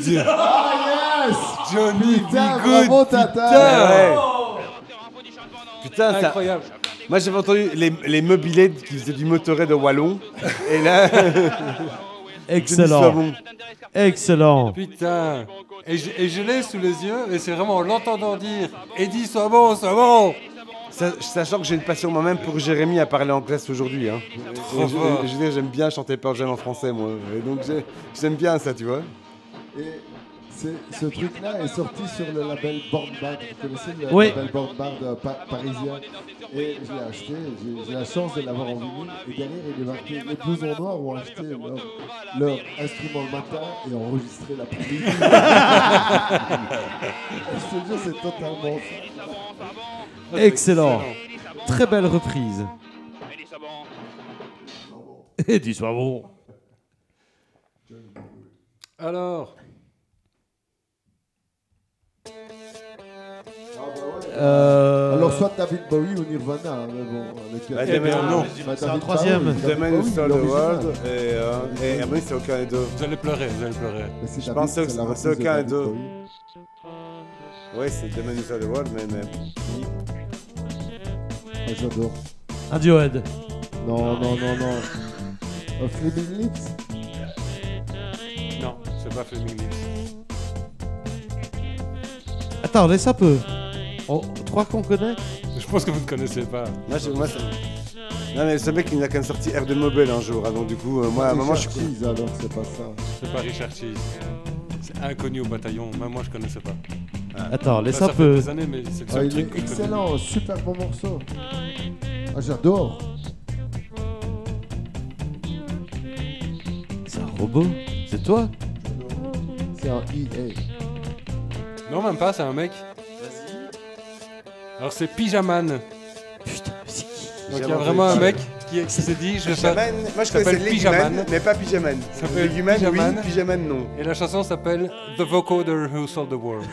Yes Johnny Be Putain, Good bravo, Tata Putain Putain, ça- Incroyable Moi j'avais entendu les, les mobilheads qui faisaient du motorhead de Wallon. Et là, Excellent. Excellent. Putain Et je, et je l'ai sous les yeux, et c'est vraiment en l'entendant dire Eddie, sois bon, sois bon sa- sachant que j'ai une passion moi-même pour Jérémy à parler en classe aujourd'hui. Hein. Et- et je, et je veux dire, j'aime bien chanter Pearl Jam en français, moi. Et donc j'ai- j'aime bien ça, tu vois. Et c'est- ce truc-là est sorti sur le label Born Bad. Vous connaissez le Oui. label Born Bad euh, pa- parisien Et je l'ai acheté, j'ai- j'ai la chance de l'avoir en vinyle. Et derrière, il est marqué Les blousons noirs ont acheté leur, leur instrument le matin et enregistré la pluie. je te jure, c'est totalement ça. Excellent. Très belle reprise. Eh, Et du soir bon. Alors, Euh, Alors, soit David Bowie ou Nirvana, hein, mais bon, lequel Bah, Eh ben, non. Bah, C'est un David troisième. Bowie, The David Man Who Bowie, Stole the l'original. World. Et, euh, et Hermès, c'est aucun des deux. vous allez pleurer, vous allez pleurer. Mais c'est Je David, pense que c'est la c'est reprise de aucun David d'eux. Bowie. Ouais, c'est The Man Who Stole the World, mais. mais... Ah, J'adore. Radiohead. Non, non, non, non. Of Flaming Lips Non, c'est pas Flaming Lips. Attends, laisse un peu. Oh, trois qu'on connaît Je pense que vous ne connaissez pas. Moi, je- moi, ça- Non, mais ce mec, il n'a qu'une sortie Air de Mobile un jour. hein, donc du coup, euh, moi, Ah, à un moment, je suis. Cheese, alors, c'est pas ça. C'est pas Richard Cheese. C'est inconnu au bataillon, même moi je connaissais pas. Attends, laisse ça, un ça fait peu. des années, mais c'est le Ah, seul il truc est que je connais. excellent, super bon morceau. Ah, j'adore. C'est un robot C'est toi C'est un EA. Non, même pas, c'est un mec. Alors c'est Pyjaman. Putain, mais c'est qui Donc il y a Pyjaman vraiment un Jackson. mec qui, qui s'est dit, je vais faire... Pyjaman, moi je Ça connaissais s'appelle Leguman, Pyjaman. mais pas Pyjaman. Ça s'appelle Leguman, Pyjaman. oui, Pyjaman, non. Et la chanson s'appelle The Vocoder Who Sold the World.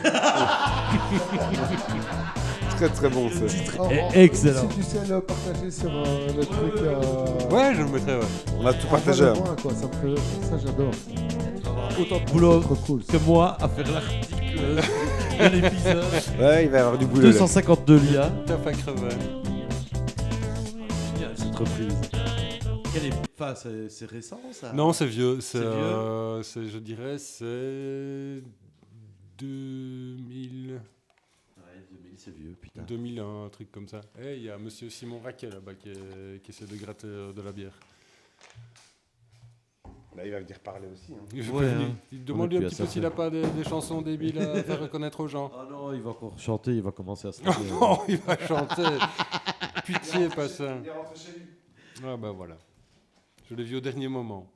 Très très bon ça. Eh, Oh, Et oh, excellent. Si tu sais le partager sur euh, le truc. Euh... Ouais, je le mettrai, ouais. On a tout envoie-le partagé. hein. moi, quoi, ça, me fait... ça j'adore. Autant de C'est boulot trop cool. ça. que moi à faire l'article euh, de l'épisode. Ouais, il va y avoir du boulot là. 252 liens. Taf à crever. Bien, cette reprise. Quelle est... Enfin, c'est, c'est récent ça Non, c'est vieux. C'est, C'est vieux. euh, c'est- je dirais, c'est 2000. c'est vieux, putain. 2001, un truc comme ça. Et il y a monsieur Simon Raquet là-bas qui, est- qui essaie de gratter euh, de la bière. Là, il va venir parler aussi. hein. Il est Ouais, prévenu. hein. Il On demande est lui plus un à petit ça peu s'il près. a pas des, des chansons débiles à faire reconnaître aux gens. Oh non, il va encore chanter, il va commencer à se rappeler. Oh, il va chanter. Pitié, pas ça. Ah bah voilà. Je l'ai vu au dernier moment.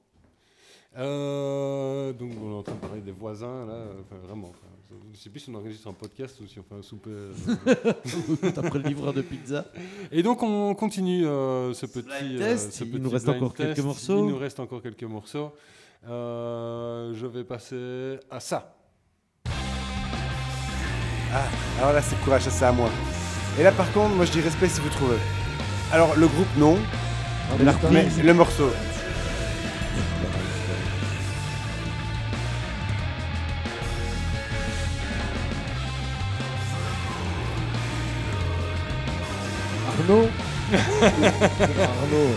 Euh, donc on entend parler des voisins là, enfin, vraiment. enfin, je sais plus si on enregistre un podcast ou si on fait un souper. euh. Après le livreur de pizza. Et donc on continue euh, ce petit, euh, test, ce il petit nous reste blind encore quelques test. morceaux. Il nous reste encore quelques morceaux. Euh, je vais passer à ça. Alors là, c'est courage, ça c'est à moi. Et là, par contre, moi je dis respect si vous trouvez. Alors, le groupe, non, Mais la mais reprise, le morceau. Arnaud Arnaud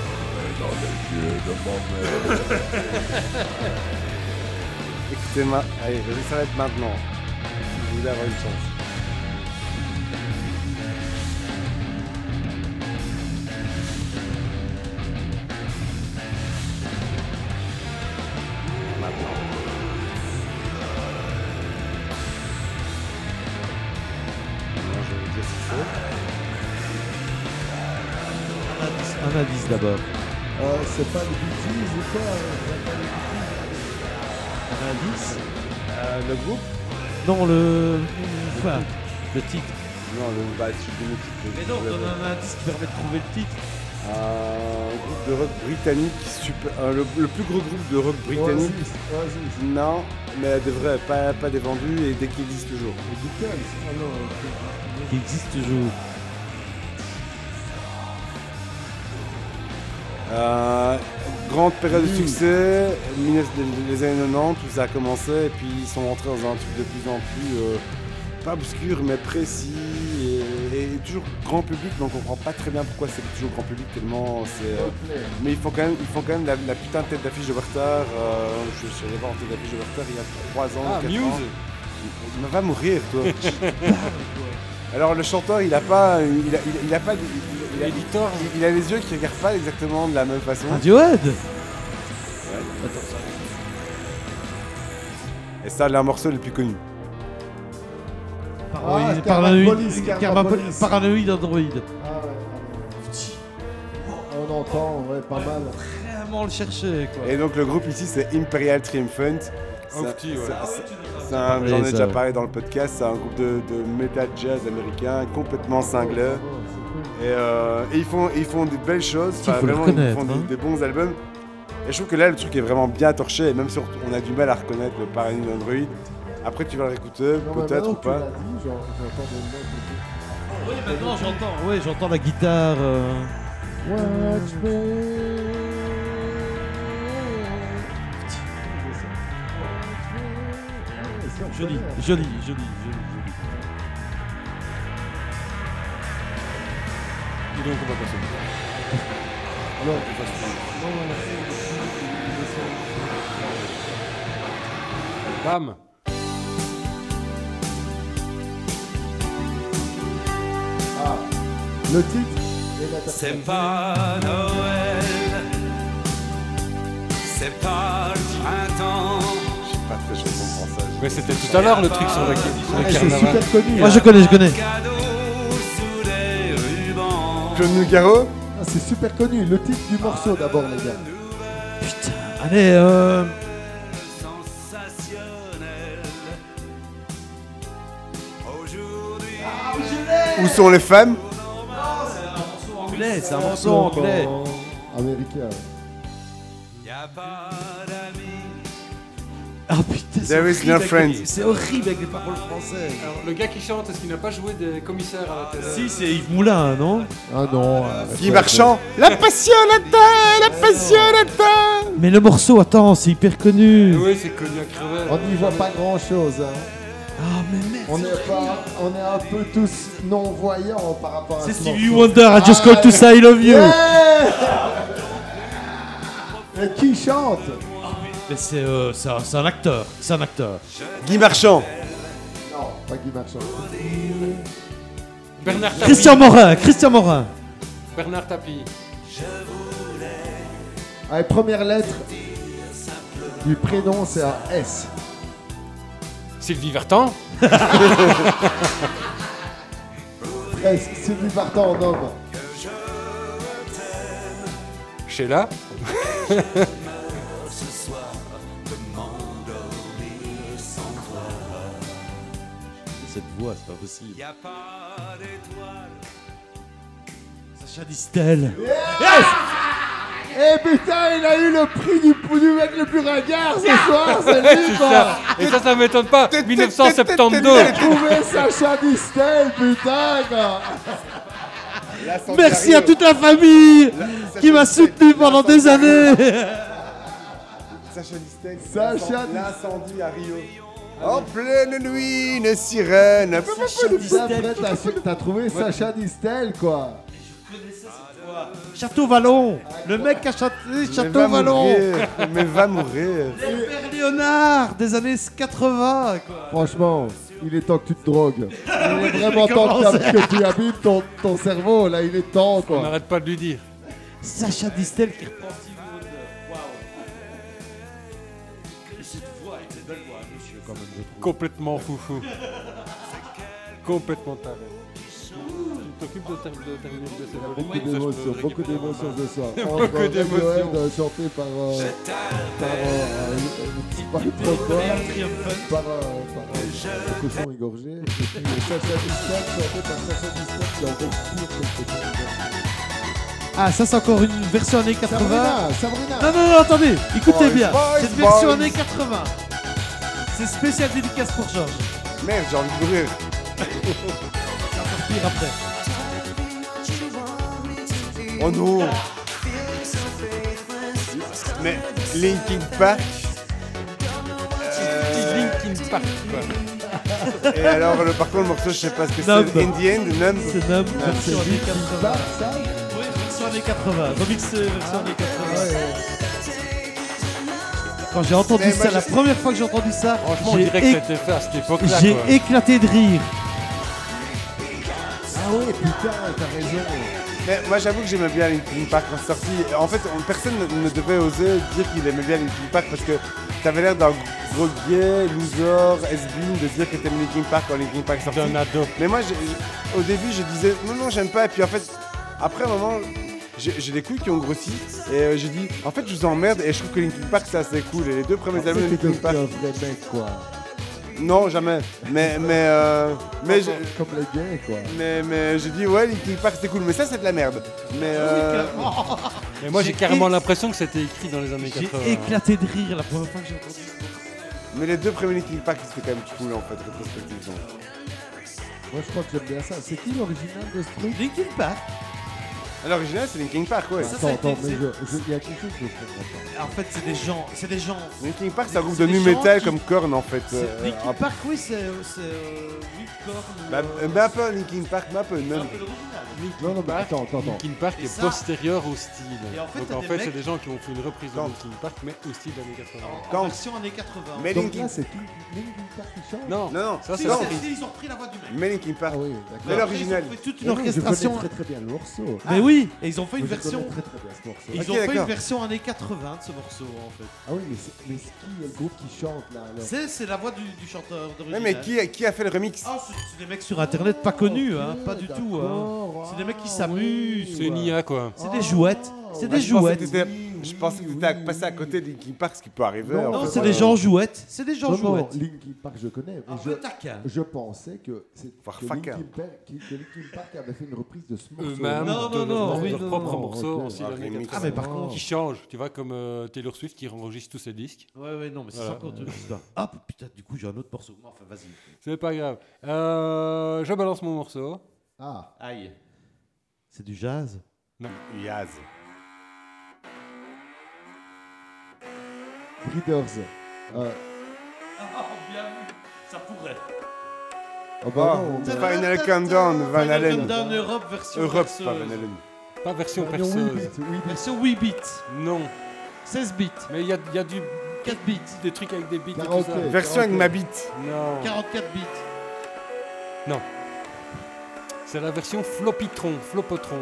Écoutez, ma... allez, vas-y, ça va être maintenant. Vous voulez avoir une chance. un indice- un indice d'abord. Euh, C'est pas le bêtise ou quoi euh, Un indice Euh, le groupe Non, le. Enfin, le titre. Non, le bah, je suis venu petit peu. Mais non, on a un indice qui permet de trouver le titre. Un groupe de rock britannique, super... euh, le, le plus gros groupe de rock britannique. Oasis, Oasis, Non, mais des vrais, pas, pas des vendus et des qui existent toujours. les Beatles. Ah non, euh, Qui existe toujours. Euh, grande période Hmm. de Mmh. succès, 19 les années 90, tout ça a commencé, et puis ils sont rentrés dans un truc de plus en plus, euh, pas obscur, mais précis, et, et toujours grand public, donc on comprend pas très bien pourquoi c'est toujours grand public, tellement c'est... euh, Coldplay. mais ils font quand même, ils font quand même la, la putain de tête d'affiche de Werther, euh, je suis allé voir en tête d'affiche de Werther il y a 3 ans, Ah, quatre Muse ans. Mais va mourir, toi. Alors le chanteur, il a pas, il a, il a- il a pas, il, il- il a, Editor il- il a les yeux qui regardent pas exactement de la même façon. Ah, Radiohead Et ça, l'un morceau le plus connu. Ah, Paranoïde. Karmapolis, Paranoïde. Karmapolis. Karmapolis, Paranoïde Android. Ah ouais, ah ouais. On entend, ouais, pas mal. Vraiment le chercher, quoi. Et donc le groupe ici, c'est Imperial Triumphant. Oh, Ça- petit, ouais. ça- ça- c'est un- J'en ai Oui, ça, déjà ouais. parlé dans le podcast. C'est un groupe de, de metal jazz américain complètement cinglé. Oh, c'est cool. Et, euh, et ils font, ils font des belles choses. Si, Enfin, faut le vraiment, ils font reconnaître, des, hein. des bons albums. Et je trouve que là, le truc est vraiment bien torché. Et même si on- on a du mal à reconnaître le Paris Android, après tu vas le réécouter, Non, mais peut-être maintenant ou que tu pas. l'as dit, j'en- j'entends des notes Oui, maintenant j'entends. Ouais, j'entends la guitare. euh, et tout. Watch me. Jolie, jolie, jolie, jolie, jolie. Dis donc, on va passer. Alors, Bam ah, le titre et la C'est pas Noël, c'est pas le printemps. Je sais pas très chaud pour le français. Mais c'était tout à l'heure le truc sur le, sur le Ah, C'est carnaval. super connu. Moi je connais, je connais. Cadeau sous les rubans. Claude Nougaro Ah, c'est super connu. Le titre du morceau d'abord, les gars. Putain, allez, euh. Sensationnel. Aujourd'hui, Où sont les femmes Anglais, c'est un morceau anglais. Américain. y a pas d'amis. Ah putain, c'est There is horrible no avec- friends. C'est horrible avec les paroles françaises. Alors, le gars qui chante, est-ce qu'il n'a pas joué des commissaires à la Si, télé c'est Yves Moulin, non Ah non. Guy Marchand La passionnata La passionnata Mais le morceau, attends, c'est hyper connu. Oui, c'est connu à crever. On n'y voit pas grand chose. Ah, mais merde. On est, pas, on est un peu tous non-voyants par rapport à C'est ce Stevie morceau. Wonder, I just call to say I love you. Yeah Et qui chante Mais c'est euh, c'est un, c'est un acteur, c'est un acteur. Guy Marchand Non, pas Guy Marchand. Bernard Tapie. Christian Morin, Christian Morin. Bernard Tapie. Allez, première lettre du prénom, c'est un S. Sylvie Vartan. S, Sylvie Vartan en homme. Sheila. Cette voix, c'est pas possible. Sacha Distel. Eh putain, il a eu le prix du, du mec le plus ringard ce soir, c'est lui, quoi Et ça, ça m'étonne pas. 1972. Trouver Sacha Distel, putain, quoi Merci à toute la famille qui m'a soutenu pendant des années. Sacha Distel. Sacha Ah L'incendie à Rio. En pleine nuit, une sirène. Sacha Distel, t'as- t'as trouvé Sacha Distel, quoi Château Vallon, le mec à Château, Mais va Château Vallon. mourir, Mais va mourir. Herbert Léonard des années 80. Quoi. Franchement, il est temps que tu te drogues. Il est vraiment j'ai temps que, commencé. t'hab- que tu habites ton, ton cerveau, là, il est temps, On quoi n'arrête pas de lui dire. Sacha Distel qui reprend Steve Wonder. Complètement foufou. Complètement taré. Tu t'occupes de, ter- de terminer de cette Beaucoup d'émotions, beaucoup d'émotions de ça. Beaucoup d'émotions. chanté par. euh, par. euh, euh, par le Procol, par. euh, par. euh, le cochon égorgé. Et puis euh, Sacha Distel, chanté par Sacha Distel, qui est encore pire que le cochon égorgé. Ah, ça, c'est encore une version années 80. Sabrina, Sabrina Non, non, non, attendez, écoutez bien. boys, Cette version boys. années 80. C'est spécial dédicace pour Georges. Merde, j'ai envie de mourir. Pire après. Oh non. Mais Linkin Park. Euh, Linkin Park. quoi. et alors, le, par contre, le morceau, je sais pas ce que c'est. Numb. Indian, Numb. C'est Numb, version années 80. Bah, ça Oui, version années 80. Remix euh, version années 80. Quand j'ai entendu Mais moi, ça, la je- première fois que j'ai entendu ça, Franchement, on j'ai dirait que éc- ça a été fait à cette époque-là. j'ai quoi. éclaté de rire. Ah ouais, putain, t'as raison Mais moi, j'avoue que j'aimais bien Linkin Park quand c'est sorti. En fait, on- personne ne- ne devait oser dire qu'il aimait bien Linkin Park parce que t'avais l'air d'un gros gay, loser, has-been de dire que t'aimes Linkin Park quand Linkin Park est sorti. D'un ado. Mais moi, j'ai- j'ai- au début, je disais non, non, j'aime pas. Et puis en fait, après un moment, j'ai j'ai des couilles qui ont grossi. Et euh, j'ai dit, en fait, je vous emmerde. Et je trouve que Linkin Park, c'est assez cool. Et les deux premiers albums de Ah, C'était Linkin devenu Park. un vrai mec, quoi. Non, jamais. Mais, mais, euh, mais, j'ai- Comme les gays, quoi. mais, mais j'ai dit, ouais, Linkin Park, c'est cool. Mais ça, c'est de la merde. Mais. euh, Mais moi, J'ai j'ai carrément éc- l'impression que c'était écrit dans les années J'ai 80. éclaté de rire la première fois que j'ai entendu ça. Mais les deux premiers Linkin Park, c'était quand même cool en fait, rétrospectivement. Moi, je crois que j'aime bien ça. C'est qui l'original de ce truc Linkin Park. À l'original, c'est Linkin Park, ouais. Ça, ça Attends, a attends, été- mais c'est- je- je- il y a quelque chose que je comprends En fait, c'est des gens, c'est des gens. Linkin Park, c'est un groupe C'est de des nu gens metal qui- comme Korn en fait. C'est- euh, Linkin un- Park, oui, c'est euh, c'est, euh, Rick Korn, bah, euh, mais un peu Linkin Park, mais un peu c'est un même. peu l'original. pas. Non, non, mais Bah, attends, attends, attends. Linkin Park Et est ça- postérieur au style. Et en fait, Donc t'as en des fait, mecs- c'est des gens qui ont fait une reprise de Quand- Linkin Park, mais au style années 80. En Quand- version années 80. Mais Donc Linkin là, c'est qui Linkin Park qui chante Non, Non, non, ça Si, c'est non. la série. c'est- ils ont repris la voix du mec. Mais Linkin Park. Ah oui, Mais d'accord. Après, l'original. Ils ont fait toute Mais une non, Je orchestration. Ah, connais très très bien le morceau. Mais oui, et ils ont fait Moi, une je version. connais très très bien ce morceau. Ils Ok, ont fait une d'accord. version années 80 de ce morceau en fait. Ah oui, mais c'est- mais c'est qui est le groupe qui chante là alors C'est- C'est la voix du, du chanteur d'origine. Ouais, mais qui, a- qui a fait le remix Ah, c'est c'est des mecs sur internet pas connus, hein, pas du tout. Hein. D'accord, C'est des mecs qui ah s'amusent. oui. C'est une IA quoi. C'est des jouettes. C'est des Bah, Ah, je pensais que jouettes. t'étais- Je pensais que t'étais passé à côté de Linkin Park, ce qui peut arriver. Non, en Non, fait, c'est voilà. des gens jouettes. C'est des gens Non, non, jouettes. Linkin Park, je connais. mais Un je- peu taquin. Je pensais que, c'est- que, Farfucker. Linkin Park, qui- que Linkin Park avait fait une reprise de ce Euh, morceau. Eux-mêmes, Non, de non, non, leur- oui, de non, leur propre non, morceau ok. au style Ah, années remix. 80. Ah, mais par contre. Qui change, tu vois, comme euh, Taylor Swift qui enregistre tous ses disques. Ouais, ouais, non, mais c'est Voilà. encore deux histoires. Hop, Ah, putain, du coup, j'ai un autre morceau. Non, Enfin, vas-y. C'est pas grave. Euh, je balance mon morceau. Ah, Aïe. C'est du jazz Yaz. Breeders. Euh, Ah, bien vu. Ça pourrait. oh bah Oh, non, mais- Final Countdown, Van Halen. Down Europe version Europe, perceuse. pas Van Halen. Pas version Ah non, oui, perceuse. mais- oui, mais- Version 8 bits, Non. 16 bits, Mais il y a, il y a du, 4 bits, des trucs avec des beats et tout Karaoké. ça. Version avec ma bite. Non. 44 bits. C'est la version Flopitron, Flopotron.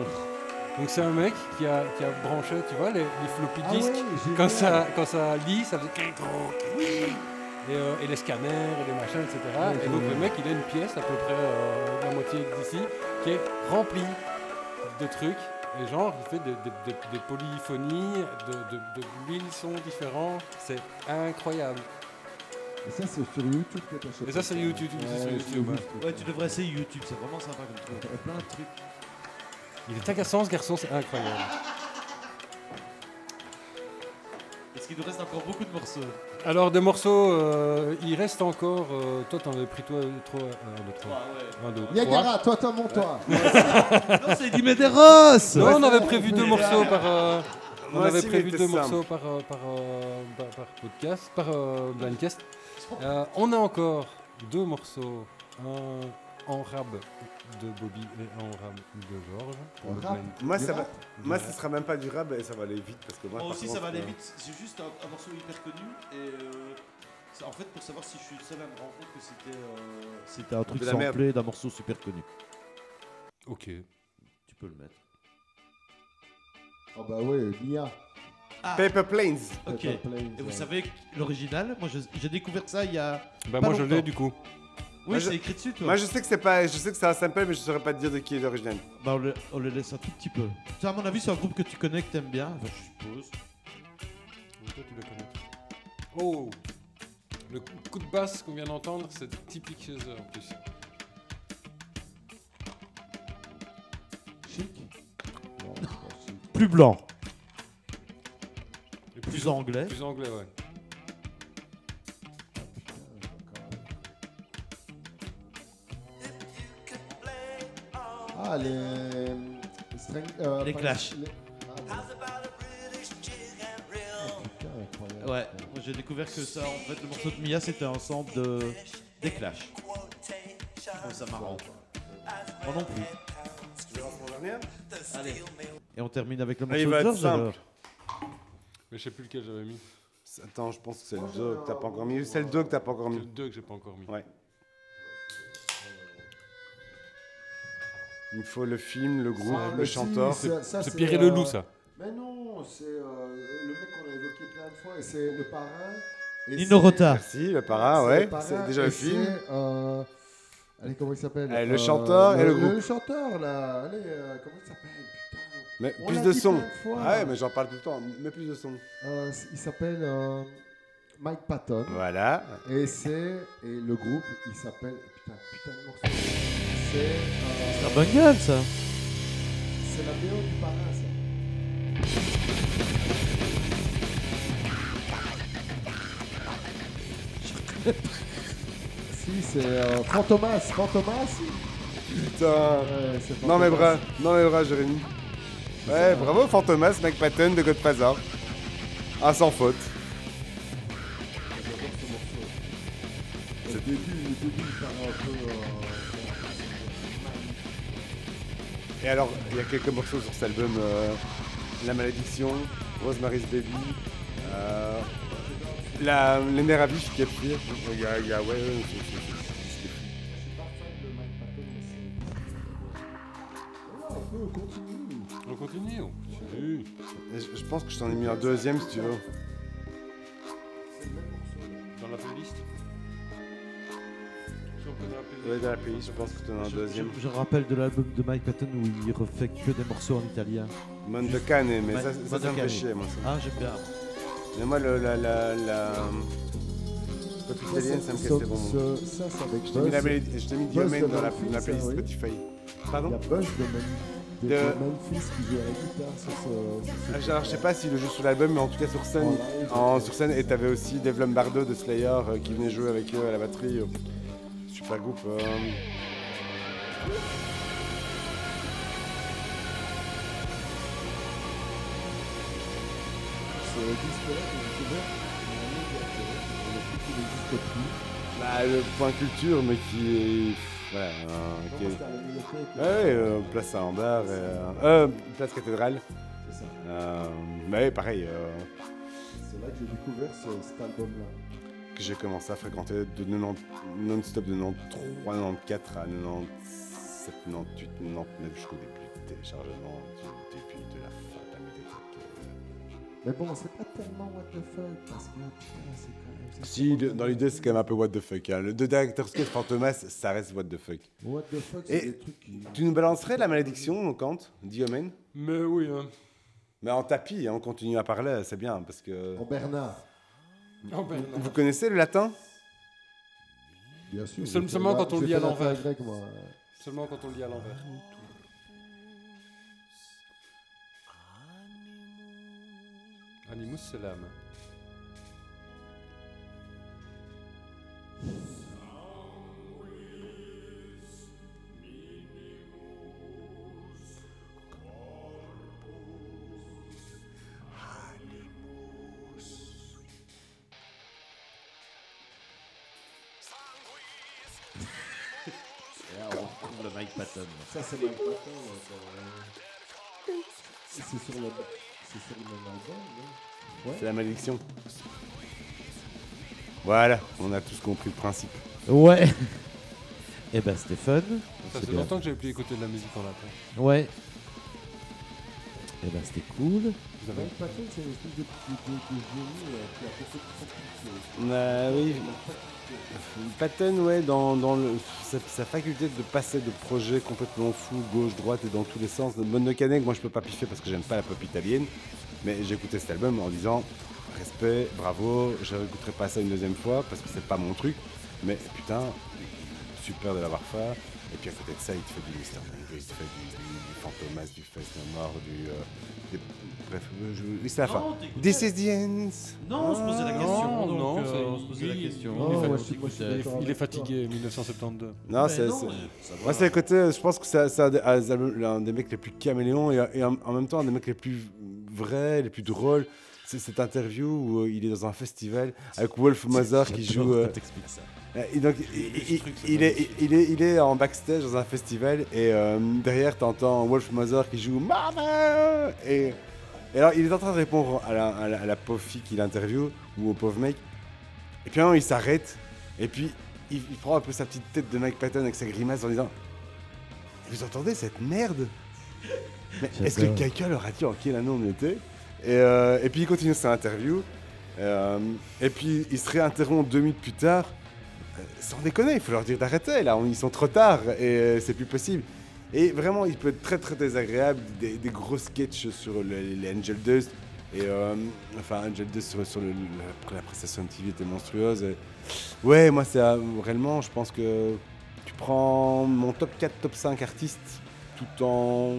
Donc c'est un mec qui a, qui a branché, tu vois, les, les floppy Ah disques. ouais, j'ai quand, vu. ça, quand ça lit, ça faisait cric, croc, cric. et, euh, et les scanners, et les machins, etc. et donc le mec, il a une pièce à peu près euh, de la moitié d'ici qui est remplie de trucs. Et genre, il fait des, des- des- des polyphonies de, de, de mille sons différents. C'est incroyable. Et ça, c'est sur YouTube que t'achètes. Et ça, c'est YouTube, Ouais, c'est sur j'ai YouTube, vu hein. ce truc. Ouais, tu devrais essayer YouTube, c'est vraiment sympa comme truc. Il y a plein de trucs. Il est agaçant ce garçon, c'est incroyable. Est-ce qu'il nous reste encore beaucoup de morceaux Alors des morceaux, euh, il reste encore. euh, toi, t'en as pris toi trois, euh, un, deux, trois, un, deux, Niagara, toi, toi, monte toi. Non, c'est Diméderos trois. Non, on avait prévu deux morceaux par. euh, on Moi avait aussi, il prévu était deux simple. morceaux par euh, par, euh, par- par podcast, par euh, blindcast. Euh, on a encore deux morceaux, un en rab de Bobby et un en rab de Georges. pour le En rab blind- Moi, ça Niagara. va- moi, ce sera même pas durable et ça va aller vite parce que moi. Moi par aussi, ça va contre, aller euh, vite. C'est juste un, un morceau hyper connu. Et euh, ça- en fait, pour savoir si je suis le seul à me rendre compte que c'était. euh, C'était un truc De la merde. samplé d'un morceau super connu. Ok. Tu peux le mettre. Ah bah ouais, Mia. Paper Planes. Ok. Paper Et Planes, vous ouais. savez que l'original, moi je- j'ai découvert ça il y a. Bah Pas moi je l'ai longtemps. du coup. Oui, Moi, je- c'est écrit dessus, toi. Moi, je sais que c'est pas, je sais que c'est un sample, mais je saurais pas te dire de qui est l'original. Bah, on le, on le laisse un tout petit peu. Ça, à mon avis, c'est un groupe que tu connais, que t'aimes bien. Enfin, je suppose. Toi, tu le connais. Oh. Le coup- coup de basse qu'on vient d'entendre, c'est typique chez eux en plus. Chic. Non, c'est pas chic. Plus blanc, Et plus anglais. Plus anglais, ouais. Ah, les. String, euh, Les pas- Clash. les- Ah, ouais. Putain, incroyable. Ouais, moi j'ai découvert que ça, en fait, le morceau de Mia, c'était un sample de... des Clash. Je Oh, trouve ça marrant. Moi non plus. Allez. Et on termine avec le morceau Ah, il de va être George, simple. alors. Mais je sais plus lequel j'avais mis. Attends, je pense que c'est le 2 que t'as pas encore mis. ou C'est le 2 que t'as pas encore C'est le mis. 2 que j'ai pas encore mis. Ouais. Il me faut le film, le groupe, Ah, le mais si, chanteur. ça- ça, C'est Pierre et Leloup, ça. Mais non, c'est euh, le mec qu'on a évoqué plein de fois, et c'est le parrain. et Nino c'est- Rota. Merci, le c'est para, le ouais. parrain, C'est déjà et le film. c'est, euh, Allez, comment il s'appelle Eh, le chanteur et le groupe. Le chanteur, là. Allez, euh, comment il s'appelle Putain. Mais On plus l'a de dit son. plein de fois. Ouais, mais j'en parle tout le temps. Mais plus de son. Euh, il s'appelle euh, Mike Patton. Voilà. Et c'est. Et le groupe, il s'appelle. Putain, putain de morceau. C'est. C'est euh, un bungle, ça. c'est la BO du parrain, ça. Si, c'est euh, Fantomas, Fantomas Putain. Ouais, c'est Non, mais Fantomas. bras. Non, mais bras, Jérémy. Ouais, bravo, Fantomas, Mike Patton de Godfather. Ah, sans faute. Au début, le début, il part un peu. euh, Et alors, il y a quelques morceaux sur cet album euh, La Malédiction, Rosemary's Baby, euh, la, Les Nerfs à Vif qui est pire. Il y a, il y a- ouais, ouais, c'est- c'est- c'est- c'est- Je suis pas fan de Mike Patton, mais c'est. Oh, on peut continuer. On continue on continue. Et je- Je pense que je t'en ai mis un deuxième si tu veux. Dans la playlist Si on connaît la playlist. Ouais, dans la playlist, je pense que je t'en ai un Je, deuxième. je- je rappelle de l'album de Mike Patton où il refait que des morceaux en italien. Mondocane, mais ça, ça, ça me Mondocane. fait chier, moi. ça. Ah, j'aime bien. Mais moi, le, la, la, la... Pop italienne, ça me casse les bonbons. Ce- Ça, c'est avec Je t'ai mis, la Buzz. mélodie- je t'ai mis Buzz Diamond dans la, Diamond la Fils, playlist ah oui. Spotify. Il y Pardon a Buzz de Manu. De, De- Memphis qui joue à la guitare sur ce. sur ce Ah, Genre, je sais truc-là. pas s'il le joue sur l'album, mais en tout cas sur scène. En live. En, sur scène, et t'avais aussi Dave Lombardo de Slayer euh, qui venait jouer avec eux à la batterie. euh, super groupe. euh. Ce disque-là que j'ai découvert, il y a un mec qui a fait, il y a un truc qui n'existe plus. Bah, le point culture, mais qui est. Voilà, euh, qui est- Comment c'était à la bibliothèque, Ouais, ouais, euh, place Saint-Lambert, et, euh, euh, place cathédrale. c'est ça. Euh, mais pareil, euh, C'est là que j'ai découvert ce- cet album-là. que j'ai commencé à fréquenter de 90 non-stop de 93, 94 à 96. 78, 99 jusqu'au début du téléchargement, du début de la fin de la médiathèque. Mais bon, c'est pas tellement what the fuck, parce que putain, c'est quand même. c'est Si, de- dans l'idée, c'est quand même un peu what the fuck. hein. Le The Director's Cut Fantomas, ça reste what the fuck. What the fuck, c'est Et des trucs qui. tu nous balancerais la malédiction, mon Kant Diomène Mais oui, hein. Mais en tapis, hein, on continue à parler, c'est bien, parce que... En Bernard, Oh, ben, non. Vous connaissez le latin bien sûr. Seul- j'ai fait seulement la- quand on j'ai le lit à fait la l'envers. fin grecque, moi. Seulement quand on le lit à l'envers. Animus, c'est l'âme. Et là, on retrouve le Mike Patton. Ça, c'est Mike Patton. ouais, ça, ouais. C'est sur le. C'est sur le même album, non Ouais. C'est la malédiction. Voilà, on a tous compris le principe. Ouais. Eh ben, Stéphane. c'est Ça fait bien. longtemps que j'avais plus écouté de la musique en latin. Ouais. Eh ben, c'était cool. Vous avez- Mike Patton, c'est une espèce de, de, de, de génie euh, qui a fait ça. Bah oui. Patton, ouais, dans, dans le- sa, sa faculté de passer de projets complètement fous, gauche, droite et dans tous les sens. Monocanic, moi je peux pas piffer parce que j'aime pas la pop italienne, mais j'ai écouté cet album en disant respect, bravo, je réécouterai pas ça une deuxième fois parce que c'est pas mon truc, mais putain, super de l'avoir fait. Et puis à côté de ça, il te fait du Mr. Mango, il te fait du, du, du Fantomas, du Fest Noir, du. euh, des- bref, euh, je, oui, c'est la fin. Non, t'écoutes- This is the end. Non, on se posait la question. Non, donc, non, euh, c'est- on se posait la oui, question. non, Il moi, fallait je suis- moi, je suis qu'on écoute, d'accord. Il est fatigué, 1972. Non, euh, c'est. mais c'est- euh, ça va. Moi, c'est le côté, euh, je pense que c'est c'est un, des- un des albums- l'un des mecs les plus caméléons et, et en, en même temps un des mecs les plus vrais, les plus drôles. C'est cette interview où euh, il est dans un festival avec Wolf Mother qui J'adore joue. quand euh, t'expliques ça. euh, et donc, il, il- truc, c'est il est, il, est, il est en backstage dans un festival et euh, derrière, t'entends Wolf Mother qui joue Mother et, et alors, il est en train de répondre à la, à la- à la pauvre fille qu'il interviewe ou au pauvre mec. Et puis, à un moment, il s'arrête et puis il, il prend un peu sa petite tête de Mike Patton avec sa grimace en disant Vous entendez cette merde Mais est-ce que J'adore. quelqu'un leur a dit en quelle année on était et, euh, et puis, il continue sa interview. Euh, et puis, il se réinterrompt deux minutes plus tard. Euh, sans déconner, il faut leur dire d'arrêter, là, on- ils sont trop tard et euh, c'est plus possible. Et vraiment, il peut être très très désagréable, des, des gros sketchs sur le- les Angel Dust, et euh, enfin Angel Dust sur, sur le, le- la, la prestation de TV était monstrueuse. et- Ouais, moi, c'est euh, réellement, je pense que tu prends mon top 4, top 5 artistes, tout en.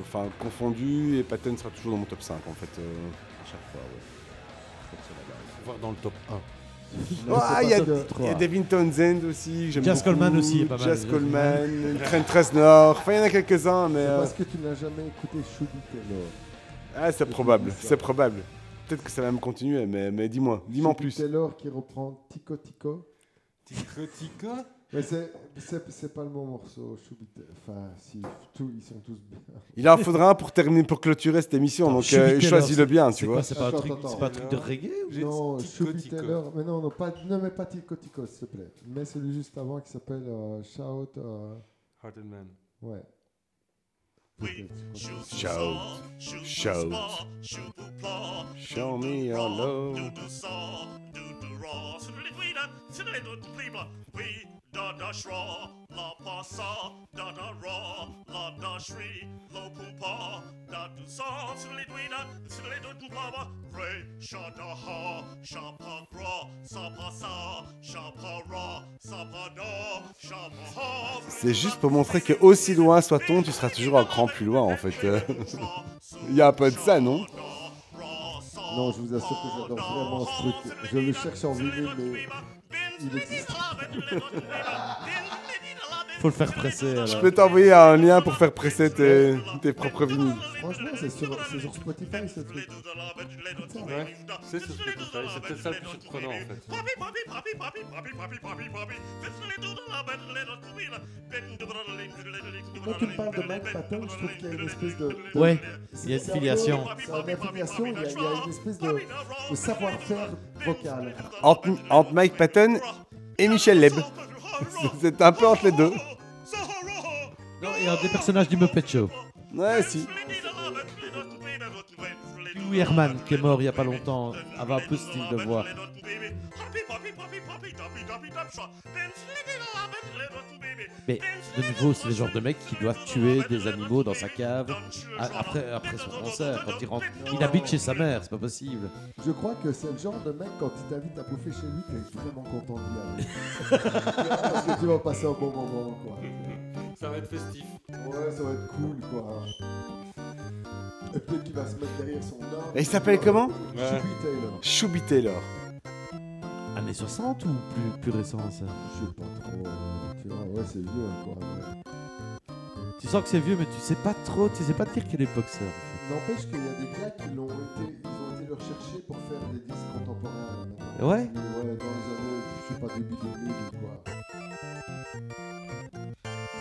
Enfin, confondu, et Patton sera toujours dans mon top 5 en fait. euh, à chaque fois, ouais. Voir dans le top 1. Ah, il y a, deux, il y a trois. Devin Townsend aussi. j'aime Jazz beaucoup. Coleman aussi est pas mal. Jazz Jazz Coleman, Trent Reznor. Enfin, il y en a quelques-uns, mais. C'est euh, parce que tu n'as jamais écouté Shubi Taylor. ah, c'est probable, c'est probable. Peut-être que ça va me continuer, mais, mais dis-moi, dis-moi en Shubi plus. Taylor qui reprend Tico Tico. Tico Tico Mais c'est- c'est c'est pas le bon morceau. Shubi Taylor. Enfin, si, tous- ils sont tous bien. Il en faudra un pour, terminer, pour clôturer cette émission, donc Shubi euh, Taylor, choisis-le bien, C'est tu quoi vois. C'est pas, un Attends, truc- attends, c'est pas un truc de reggae ou- J'ai Non, dit Shubi Tico, Tico. Taylor. Mais non, non, pas, ne mets pas Tico Tico, s'il te plaît. Mets celui juste avant qui s'appelle euh, Shout. euh, Hearted Man. ouais. Show, show, show me your love. C'est juste pour montrer que aussi loin soit-on, tu seras toujours un cran plus loin en fait. euh. Il y a un peu de ça, non Non, je vous assure que j'adore vraiment ce truc. Je le cherche en vinyle, mais il existe. Faut le faire presser. alors. Je peux t'envoyer un lien pour faire presser tes, tes propres vinyles. Franchement, c'est sur, c'est sur Spotify ce truc. Ouais, c'est sur Spotify, c'est peut-être ça le plus surprenant en fait. Quand tu me parles de Mike Patton, je trouve qu'il y a une espèce de. de- Ouais, c'est- il y a une c'est un peu- filiation. C'est une affiliation, il y, a- il y a une espèce de, de savoir-faire vocal. Entre, entre Mike Patton et Michel Leb. C'est un peu entre les deux. Non, il y a des personnages du Muppet Show. Ouais, si. Hugh Herman, qui est mort il y a pas longtemps, avait un peu ce style de voix. Mais de nouveau, c'est le genre de mec qui doit tuer des animaux dans sa cave a- après, après son concert. Quand il, rentre, il habite chez sa mère, c'est pas possible. Je crois que c'est le genre de mec, quand il t'invite à bouffer chez lui, t'es vraiment content d'y aller. Parce que tu vas passer un bon moment, quoi. Ça va être festif. Ouais, ça va être cool, quoi. Et peut-être qu'il va se mettre derrière son arbre. Et il s'appelle comment Chubby Taylor. Chubby Taylor. Années 60 ou plus, plus récent, ça Je sais pas trop. euh, Tu vois, ouais, c'est vieux, quoi. mais- Tu sens que c'est vieux, mais tu sais pas trop, tu sais pas dire quelle époque c'est. en fait. N'empêche qu'il y a des gars qui l'ont été, ils ont été le rechercher pour faire des disques contemporains. maintenant. Ouais. Mais ouais, dans les années, je sais pas, début 2000 ou quoi.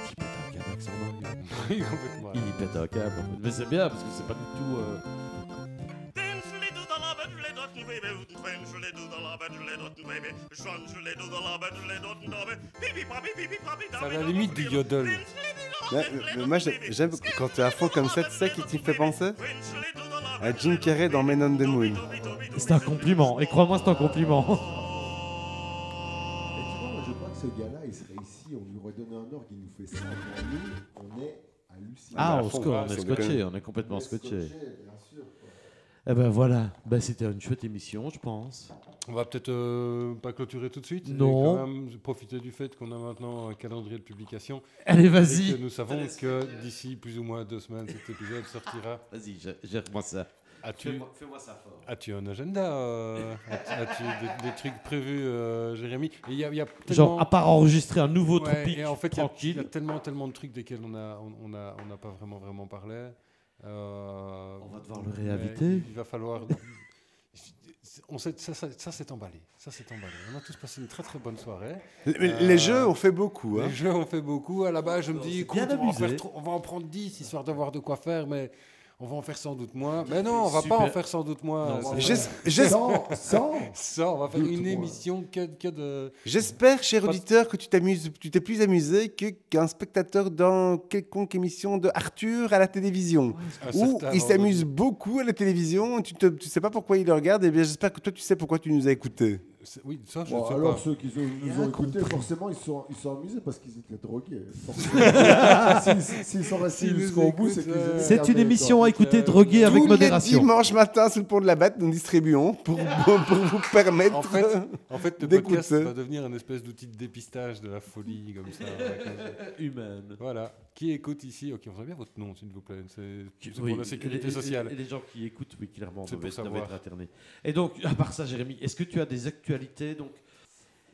Il pète un câble avec son orgue. Complètement. Il pète un câble, en fait. Mais c'est bien, parce que c'est pas du tout... euh, C'est à la limite du yodel. Ouais, mais moi, j'ai- j'aime quand t'es à fond comme ça, tu sais qui t'y fait penser À Jim Carrey dans Men on the Moon. C'est un compliment, et crois-moi, c'est un compliment. Et tu vois, moi, je crois que ce gars-là, il serait ici, on lui redonnait un orgue, il nous fait ça. Mais nous, on est hallucinés. Ah, à on, fond, sco- ouais, on est c'est quand scotché, on est complètement scotché. Eh ben voilà, ben, c'était une chouette émission, je pense. On va peut-être euh, pas clôturer tout de suite. mais Non. quand même profiter du fait qu'on a maintenant un calendrier de publication. Allez, Et que vas-y. nous savons que d'ici plus ou moins deux semaines, cet épisode sortira. Vas-y, gère- gère-moi ça. As-tu ça fort. as-tu un agenda euh, as-tu- As-tu des, des trucs prévus, euh, Jérémy Et il y a, il y a tellement- Genre, à part enregistrer un nouveau Ouais, tropique et en fait, il y a- il y, a tranquille, tellement, tellement de trucs desquels on n'a on, on a, on n'a pas vraiment, vraiment parlé. Euh, On va devoir le mais réinviter. Il va falloir. on sait, ça, ça, ça s'est emballé. Ça s'est emballé. On a tous passé une très très bonne soirée. Les, Euh, les jeux ont fait beaucoup. Hein. Les jeux, on fait beaucoup. À la base, je me dis, écoute, bien on va, en abusé. faire trop- on va en prendre 10 histoire d'avoir de quoi faire, mais on va en faire sans doute moins. Mais non, on va Super. pas en faire sans doute moins. Non, Ça- J'es- j'es- Sans, sans Ça, on va faire Doute une moins. émission que, que de. J'espère, cher auditeur, que tu t'amuses, tu t'es plus amusé que- qu'un spectateur dans quelconque émission de Arthur à la télévision. un Où certain il s'amuse vendredi. beaucoup à la télévision, tu ne sais pas pourquoi il le regarde, et bien j'espère que toi tu sais pourquoi tu nous as écoutés. C'est- Oui, ça, je Bon, sais alors pas. ceux qui nous- nous ont écoutés, forcément, ils sont, ils sont amusés parce qu'ils étaient drogués. forcément. S'ils s'ils sont restés S'ils nous jusqu'au bout, c'est écoutent, qu'ils euh, étaient C'est une regardés, émission à quoi. écouter drogué avec Tous les modération. dimanches matin sous le pont de la Batte, nous distribuons pour, pour- pour vous permettre. En fait, en fait, le d'écouter. podcast va devenir une espèce d'outil de dépistage de la folie, comme ça. Humaine. voilà. Qui écoute ici Ok, on voit bien votre nom, s'il vous plaît. C'est c'est pour la sécurité les, sociale. les- les gens qui écoutent, oui, clairement, C'est doivent pour être, doivent savoir. être internés. Et donc, à part ça, Jérémy, est-ce que tu as des actualités donc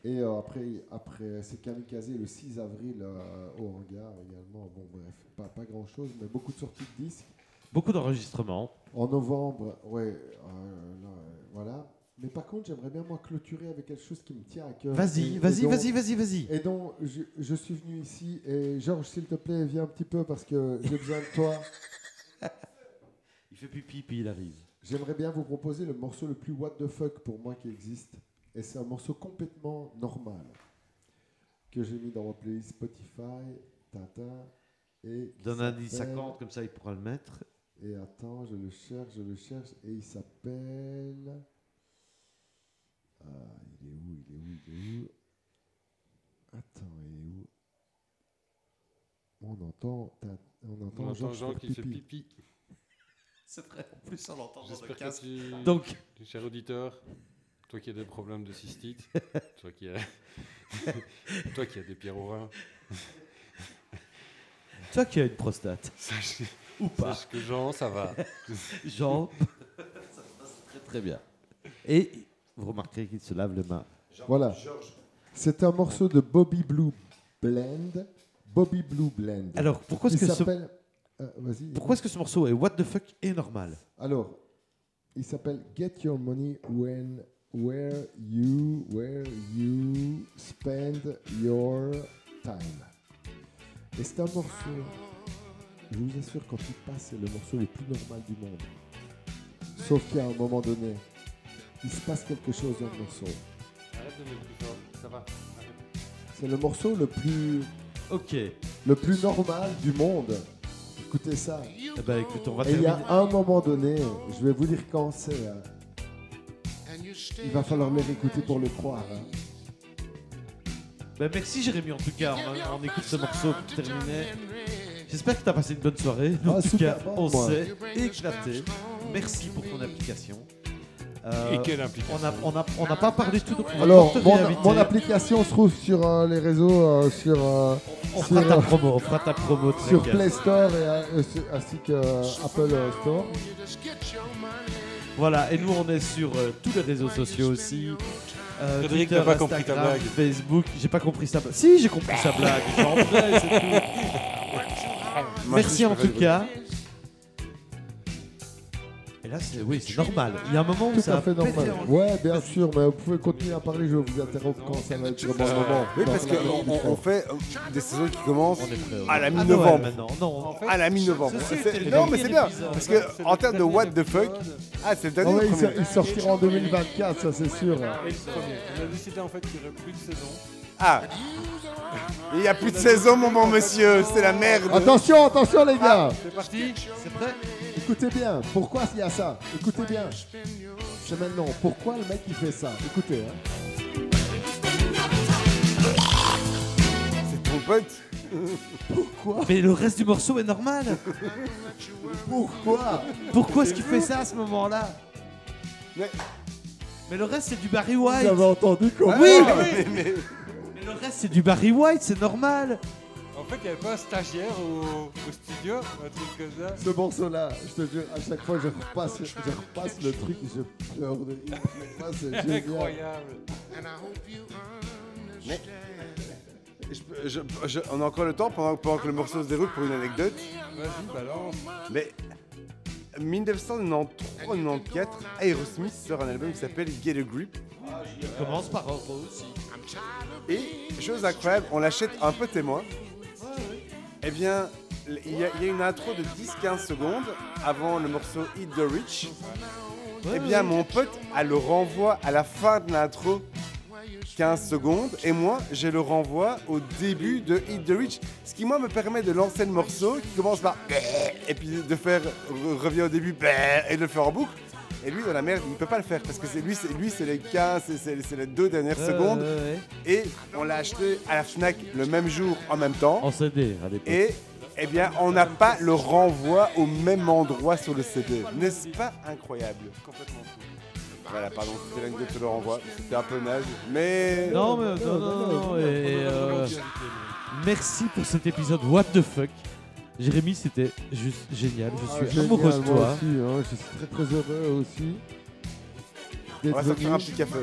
Et euh, après, après c'est Kamikaze le 6 avril euh, au hangar également. Bon, bref, pas, pas grand chose, mais beaucoup de sorties de disques. Beaucoup d'enregistrements. En novembre, ouais, euh, là, euh, voilà. Mais par contre, j'aimerais bien moi clôturer avec quelque chose qui me tient à cœur. Et- Vas-y, et vas-y, donc- vas-y, vas-y, vas-y. Et donc, je, je suis venu ici et Georges, s'il te plaît, viens un petit peu parce que j'ai besoin de toi. Il fait pipi, puis il arrive. J'aimerais bien vous proposer le morceau le plus what the fuck pour moi qui existe. Et c'est un morceau complètement normal que j'ai mis dans ma playlist Spotify, Tintin. Et qui Donne un indice s'appelle- 50, comme ça, il pourra le mettre. Et attends, je le cherche, je le cherche. Et il s'appelle. Ah, il est où Il est où Il est où Attends, il est où On entend. Tintin- On entend, On entend Georges Jean faire qui fait pipi. pipi. C'est très. En plus, on l'entend dans le J'espère casque. que tu, Donc, cher auditeur, toi qui as des problèmes de cystite, toi qui as, toi qui as des pierres au rein, toi qui as une prostate, sache, ou pas, sache que Jean, ça va. Jean, ça se passe très très bien. Et vous remarquerez qu'il se lave les mains. Voilà. C'est un morceau de Bobby Blue Blend. Bobby Blue Blend. Alors, pourquoi est-ce que il ce, s'appelle. euh, Vas-y. pourquoi est-ce que ce morceau est what the fuck et normal Alors, il s'appelle Get Your Money When Where You Where You Spend Your Time. Et c'est un morceau. Je vous assure, quand il passe, c'est le morceau le plus normal du monde. Sauf qu'à un moment donné, il se passe quelque chose dans le morceau. Arrête de mettre plus fort, ça va. C'est le morceau le plus Ok. Eh le plus normal du monde. Écoutez ça. Eh ben, écoute, on va Et il y a terminer. un moment donné, je vais vous dire quand c'est. hein. Il va falloir les réécouter pour le croire. hein. Ben, merci Jérémy en tout cas, on, on écoute ce morceau pour terminer. J'espère que tu as passé une bonne soirée. Nous, Ah, en tout super cas, bon, on moi. s'est éclaté. Merci pour ton application. Euh, Et quelle implication On n'a on a- on n'a pas parlé de tout, donc on va Alors, Eh, te mon, réinviter. mon application se trouve sur euh, les réseaux, euh, sur, euh, On sur, fera ta euh, promo, on fera ta promo. très sur bien. Play Store et, euh, euh, sur- ainsi que euh, Apple euh, Store. Voilà, et nous on est sur euh, tous les réseaux sociaux aussi. Euh, Frédéric Twitter, n'a pas compris ta Instagram, blague. Facebook, j'ai pas compris sa blague. Si, j'ai compris sa blague. j'en prie, c'est tout. Moi, je Merci suis en tout Frédéric. cas. Et là, c'est oui, c'est normal. Il y a un moment où Tout ça à a fait pété hein. normal. en- Ouais, bien sûr, mais vous pouvez continuer à parler, je vais vous interrompre quand ça va être le bon moment. Euh, Oui, parce Dans la- hein. qu'on on, on fait euh, des saisons qui commencent On est prêt, ouais. à la Ah, Noël mi-novembre. maintenant. Non, on- À la mi-novembre. Ceci C'est- était le Non, mais dernier c'est bien. épisode. Parce que en termes de what the fuck, ah, c'est le Ah dernier. ou ouais, il, le sort- premier il sortira en 2024, ça c'est sûr. hein. Et le premier. On a décidé en fait qu'il n'y aurait plus de saison. Ah. Il n'y a plus de saison, mon bon monsieur. C'est la merde. Attention, attention les gars C'est parti C'est prêt Écoutez bien, pourquoi il y a ça Écoutez bien. C'est maintenant, pourquoi le mec il fait ça Écoutez, hein. Ah, C'est ton pote. Pourquoi Mais le reste du morceau est normal. Pourquoi Pourquoi est-ce qu'il fait ça à ce moment-là Mais- Mais le reste, c'est du Barry Vous White. avez entendu comment Oui, Ah, mais- mais- mais- mais le reste, c'est du Barry White, c'est normal. En fait, il n'y avait pas un stagiaire au, au studio, un truc comme ça. Ce morceau-là, je te jure, à chaque fois je repasse, je repasse le truc, et je pleure de rire. Moi, C'est génial. Incroyable. je peux- je- je- on a encore le temps pendant, pendant que le morceau se déroule pour une anecdote. Vas-y, balance. Mais 1993-94, Aerosmith sort un album qui s'appelle Get a Grip. Commence par aussi. Et chose incroyable, on l'achète un peu témoin. Eh bien, l- il y, a- il y a une intro de 10-15 secondes avant le morceau Hit the Rich. Eh bien, mon pote a le renvoi à la fin de l'intro, 15 secondes, et moi, j'ai le renvoi au début de Hit the Rich, ce qui, moi, me permet de lancer le morceau qui commence par et puis de faire re- revient au début et de le faire en boucle. Et lui, dans la merde, il ne peut pas le faire parce que c'est lui, c'est lui, c'est les 15, c'est- c'est c'est les deux dernières Euh. secondes. Et on l'a acheté à la Fnac le même jour en même temps. En CD à l'époque. Et eh bien, on n'a pas le renvoi au même endroit sur le CD. N'est-ce pas incroyable Complètement fou. Voilà, pardon, c'était l'anecdote sur le renvoi. C'était un peu naze. Mais. Non, mais non, non, non, non, et, euh, merci pour cet épisode What the fuck. Jérémy, c'était juste génial. Je Ah, suis génial, amoureux de moi toi. aussi, hein, je suis très très heureux aussi. On d'être va sortir venu. un petit café.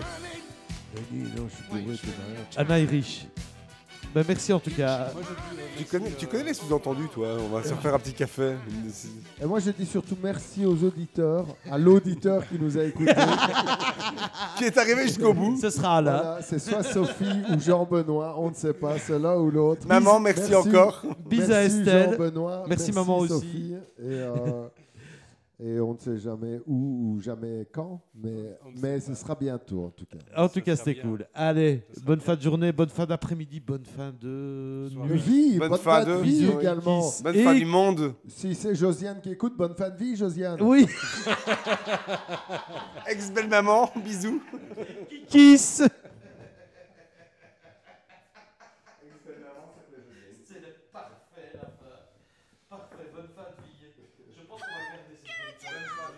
Denis, non, je suis bourré, t'es malade. Anna est riche. Bah, merci en tout cas. Moi, je dis, euh, Tu connais, merci, tu euh, connais les sous-entendus, toi On va se faire un petit café. Et moi je dis surtout merci aux auditeurs, à l'auditeur qui nous a écoutés. Qui est arrivé jusqu'au bout. Ce sera là. Voilà, c'est soit Sophie ou Jean-Benoît, on ne sait pas, c'est l'un ou l'autre. Maman, merci, encore. Bis à Estelle. Jean-Benoît, Merci, maman aussi. Sophie, et, euh, et on ne sait jamais où ou jamais quand, mais, On ne mais sait ce sera bientôt en tout cas. En Ça tout cas, sera c'était bien. cool. Allez, Ça sera bonne bien. fin de journée, bonne fin d'après-midi, bonne fin de Soirée. Une nuit. vie, Bonne bonne, fin fin de de- vie bisous. également. Kiss. Bonne Et- fin du monde. Si c'est Josiane qui écoute, bonne fin de vie Josiane. Oui, Ex-belle maman, bisous. kiss.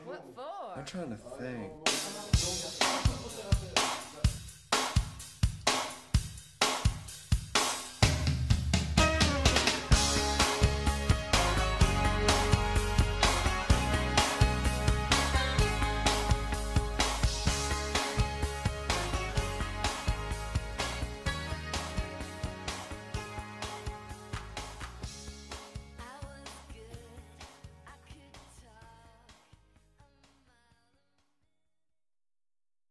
What for? I'm trying to think.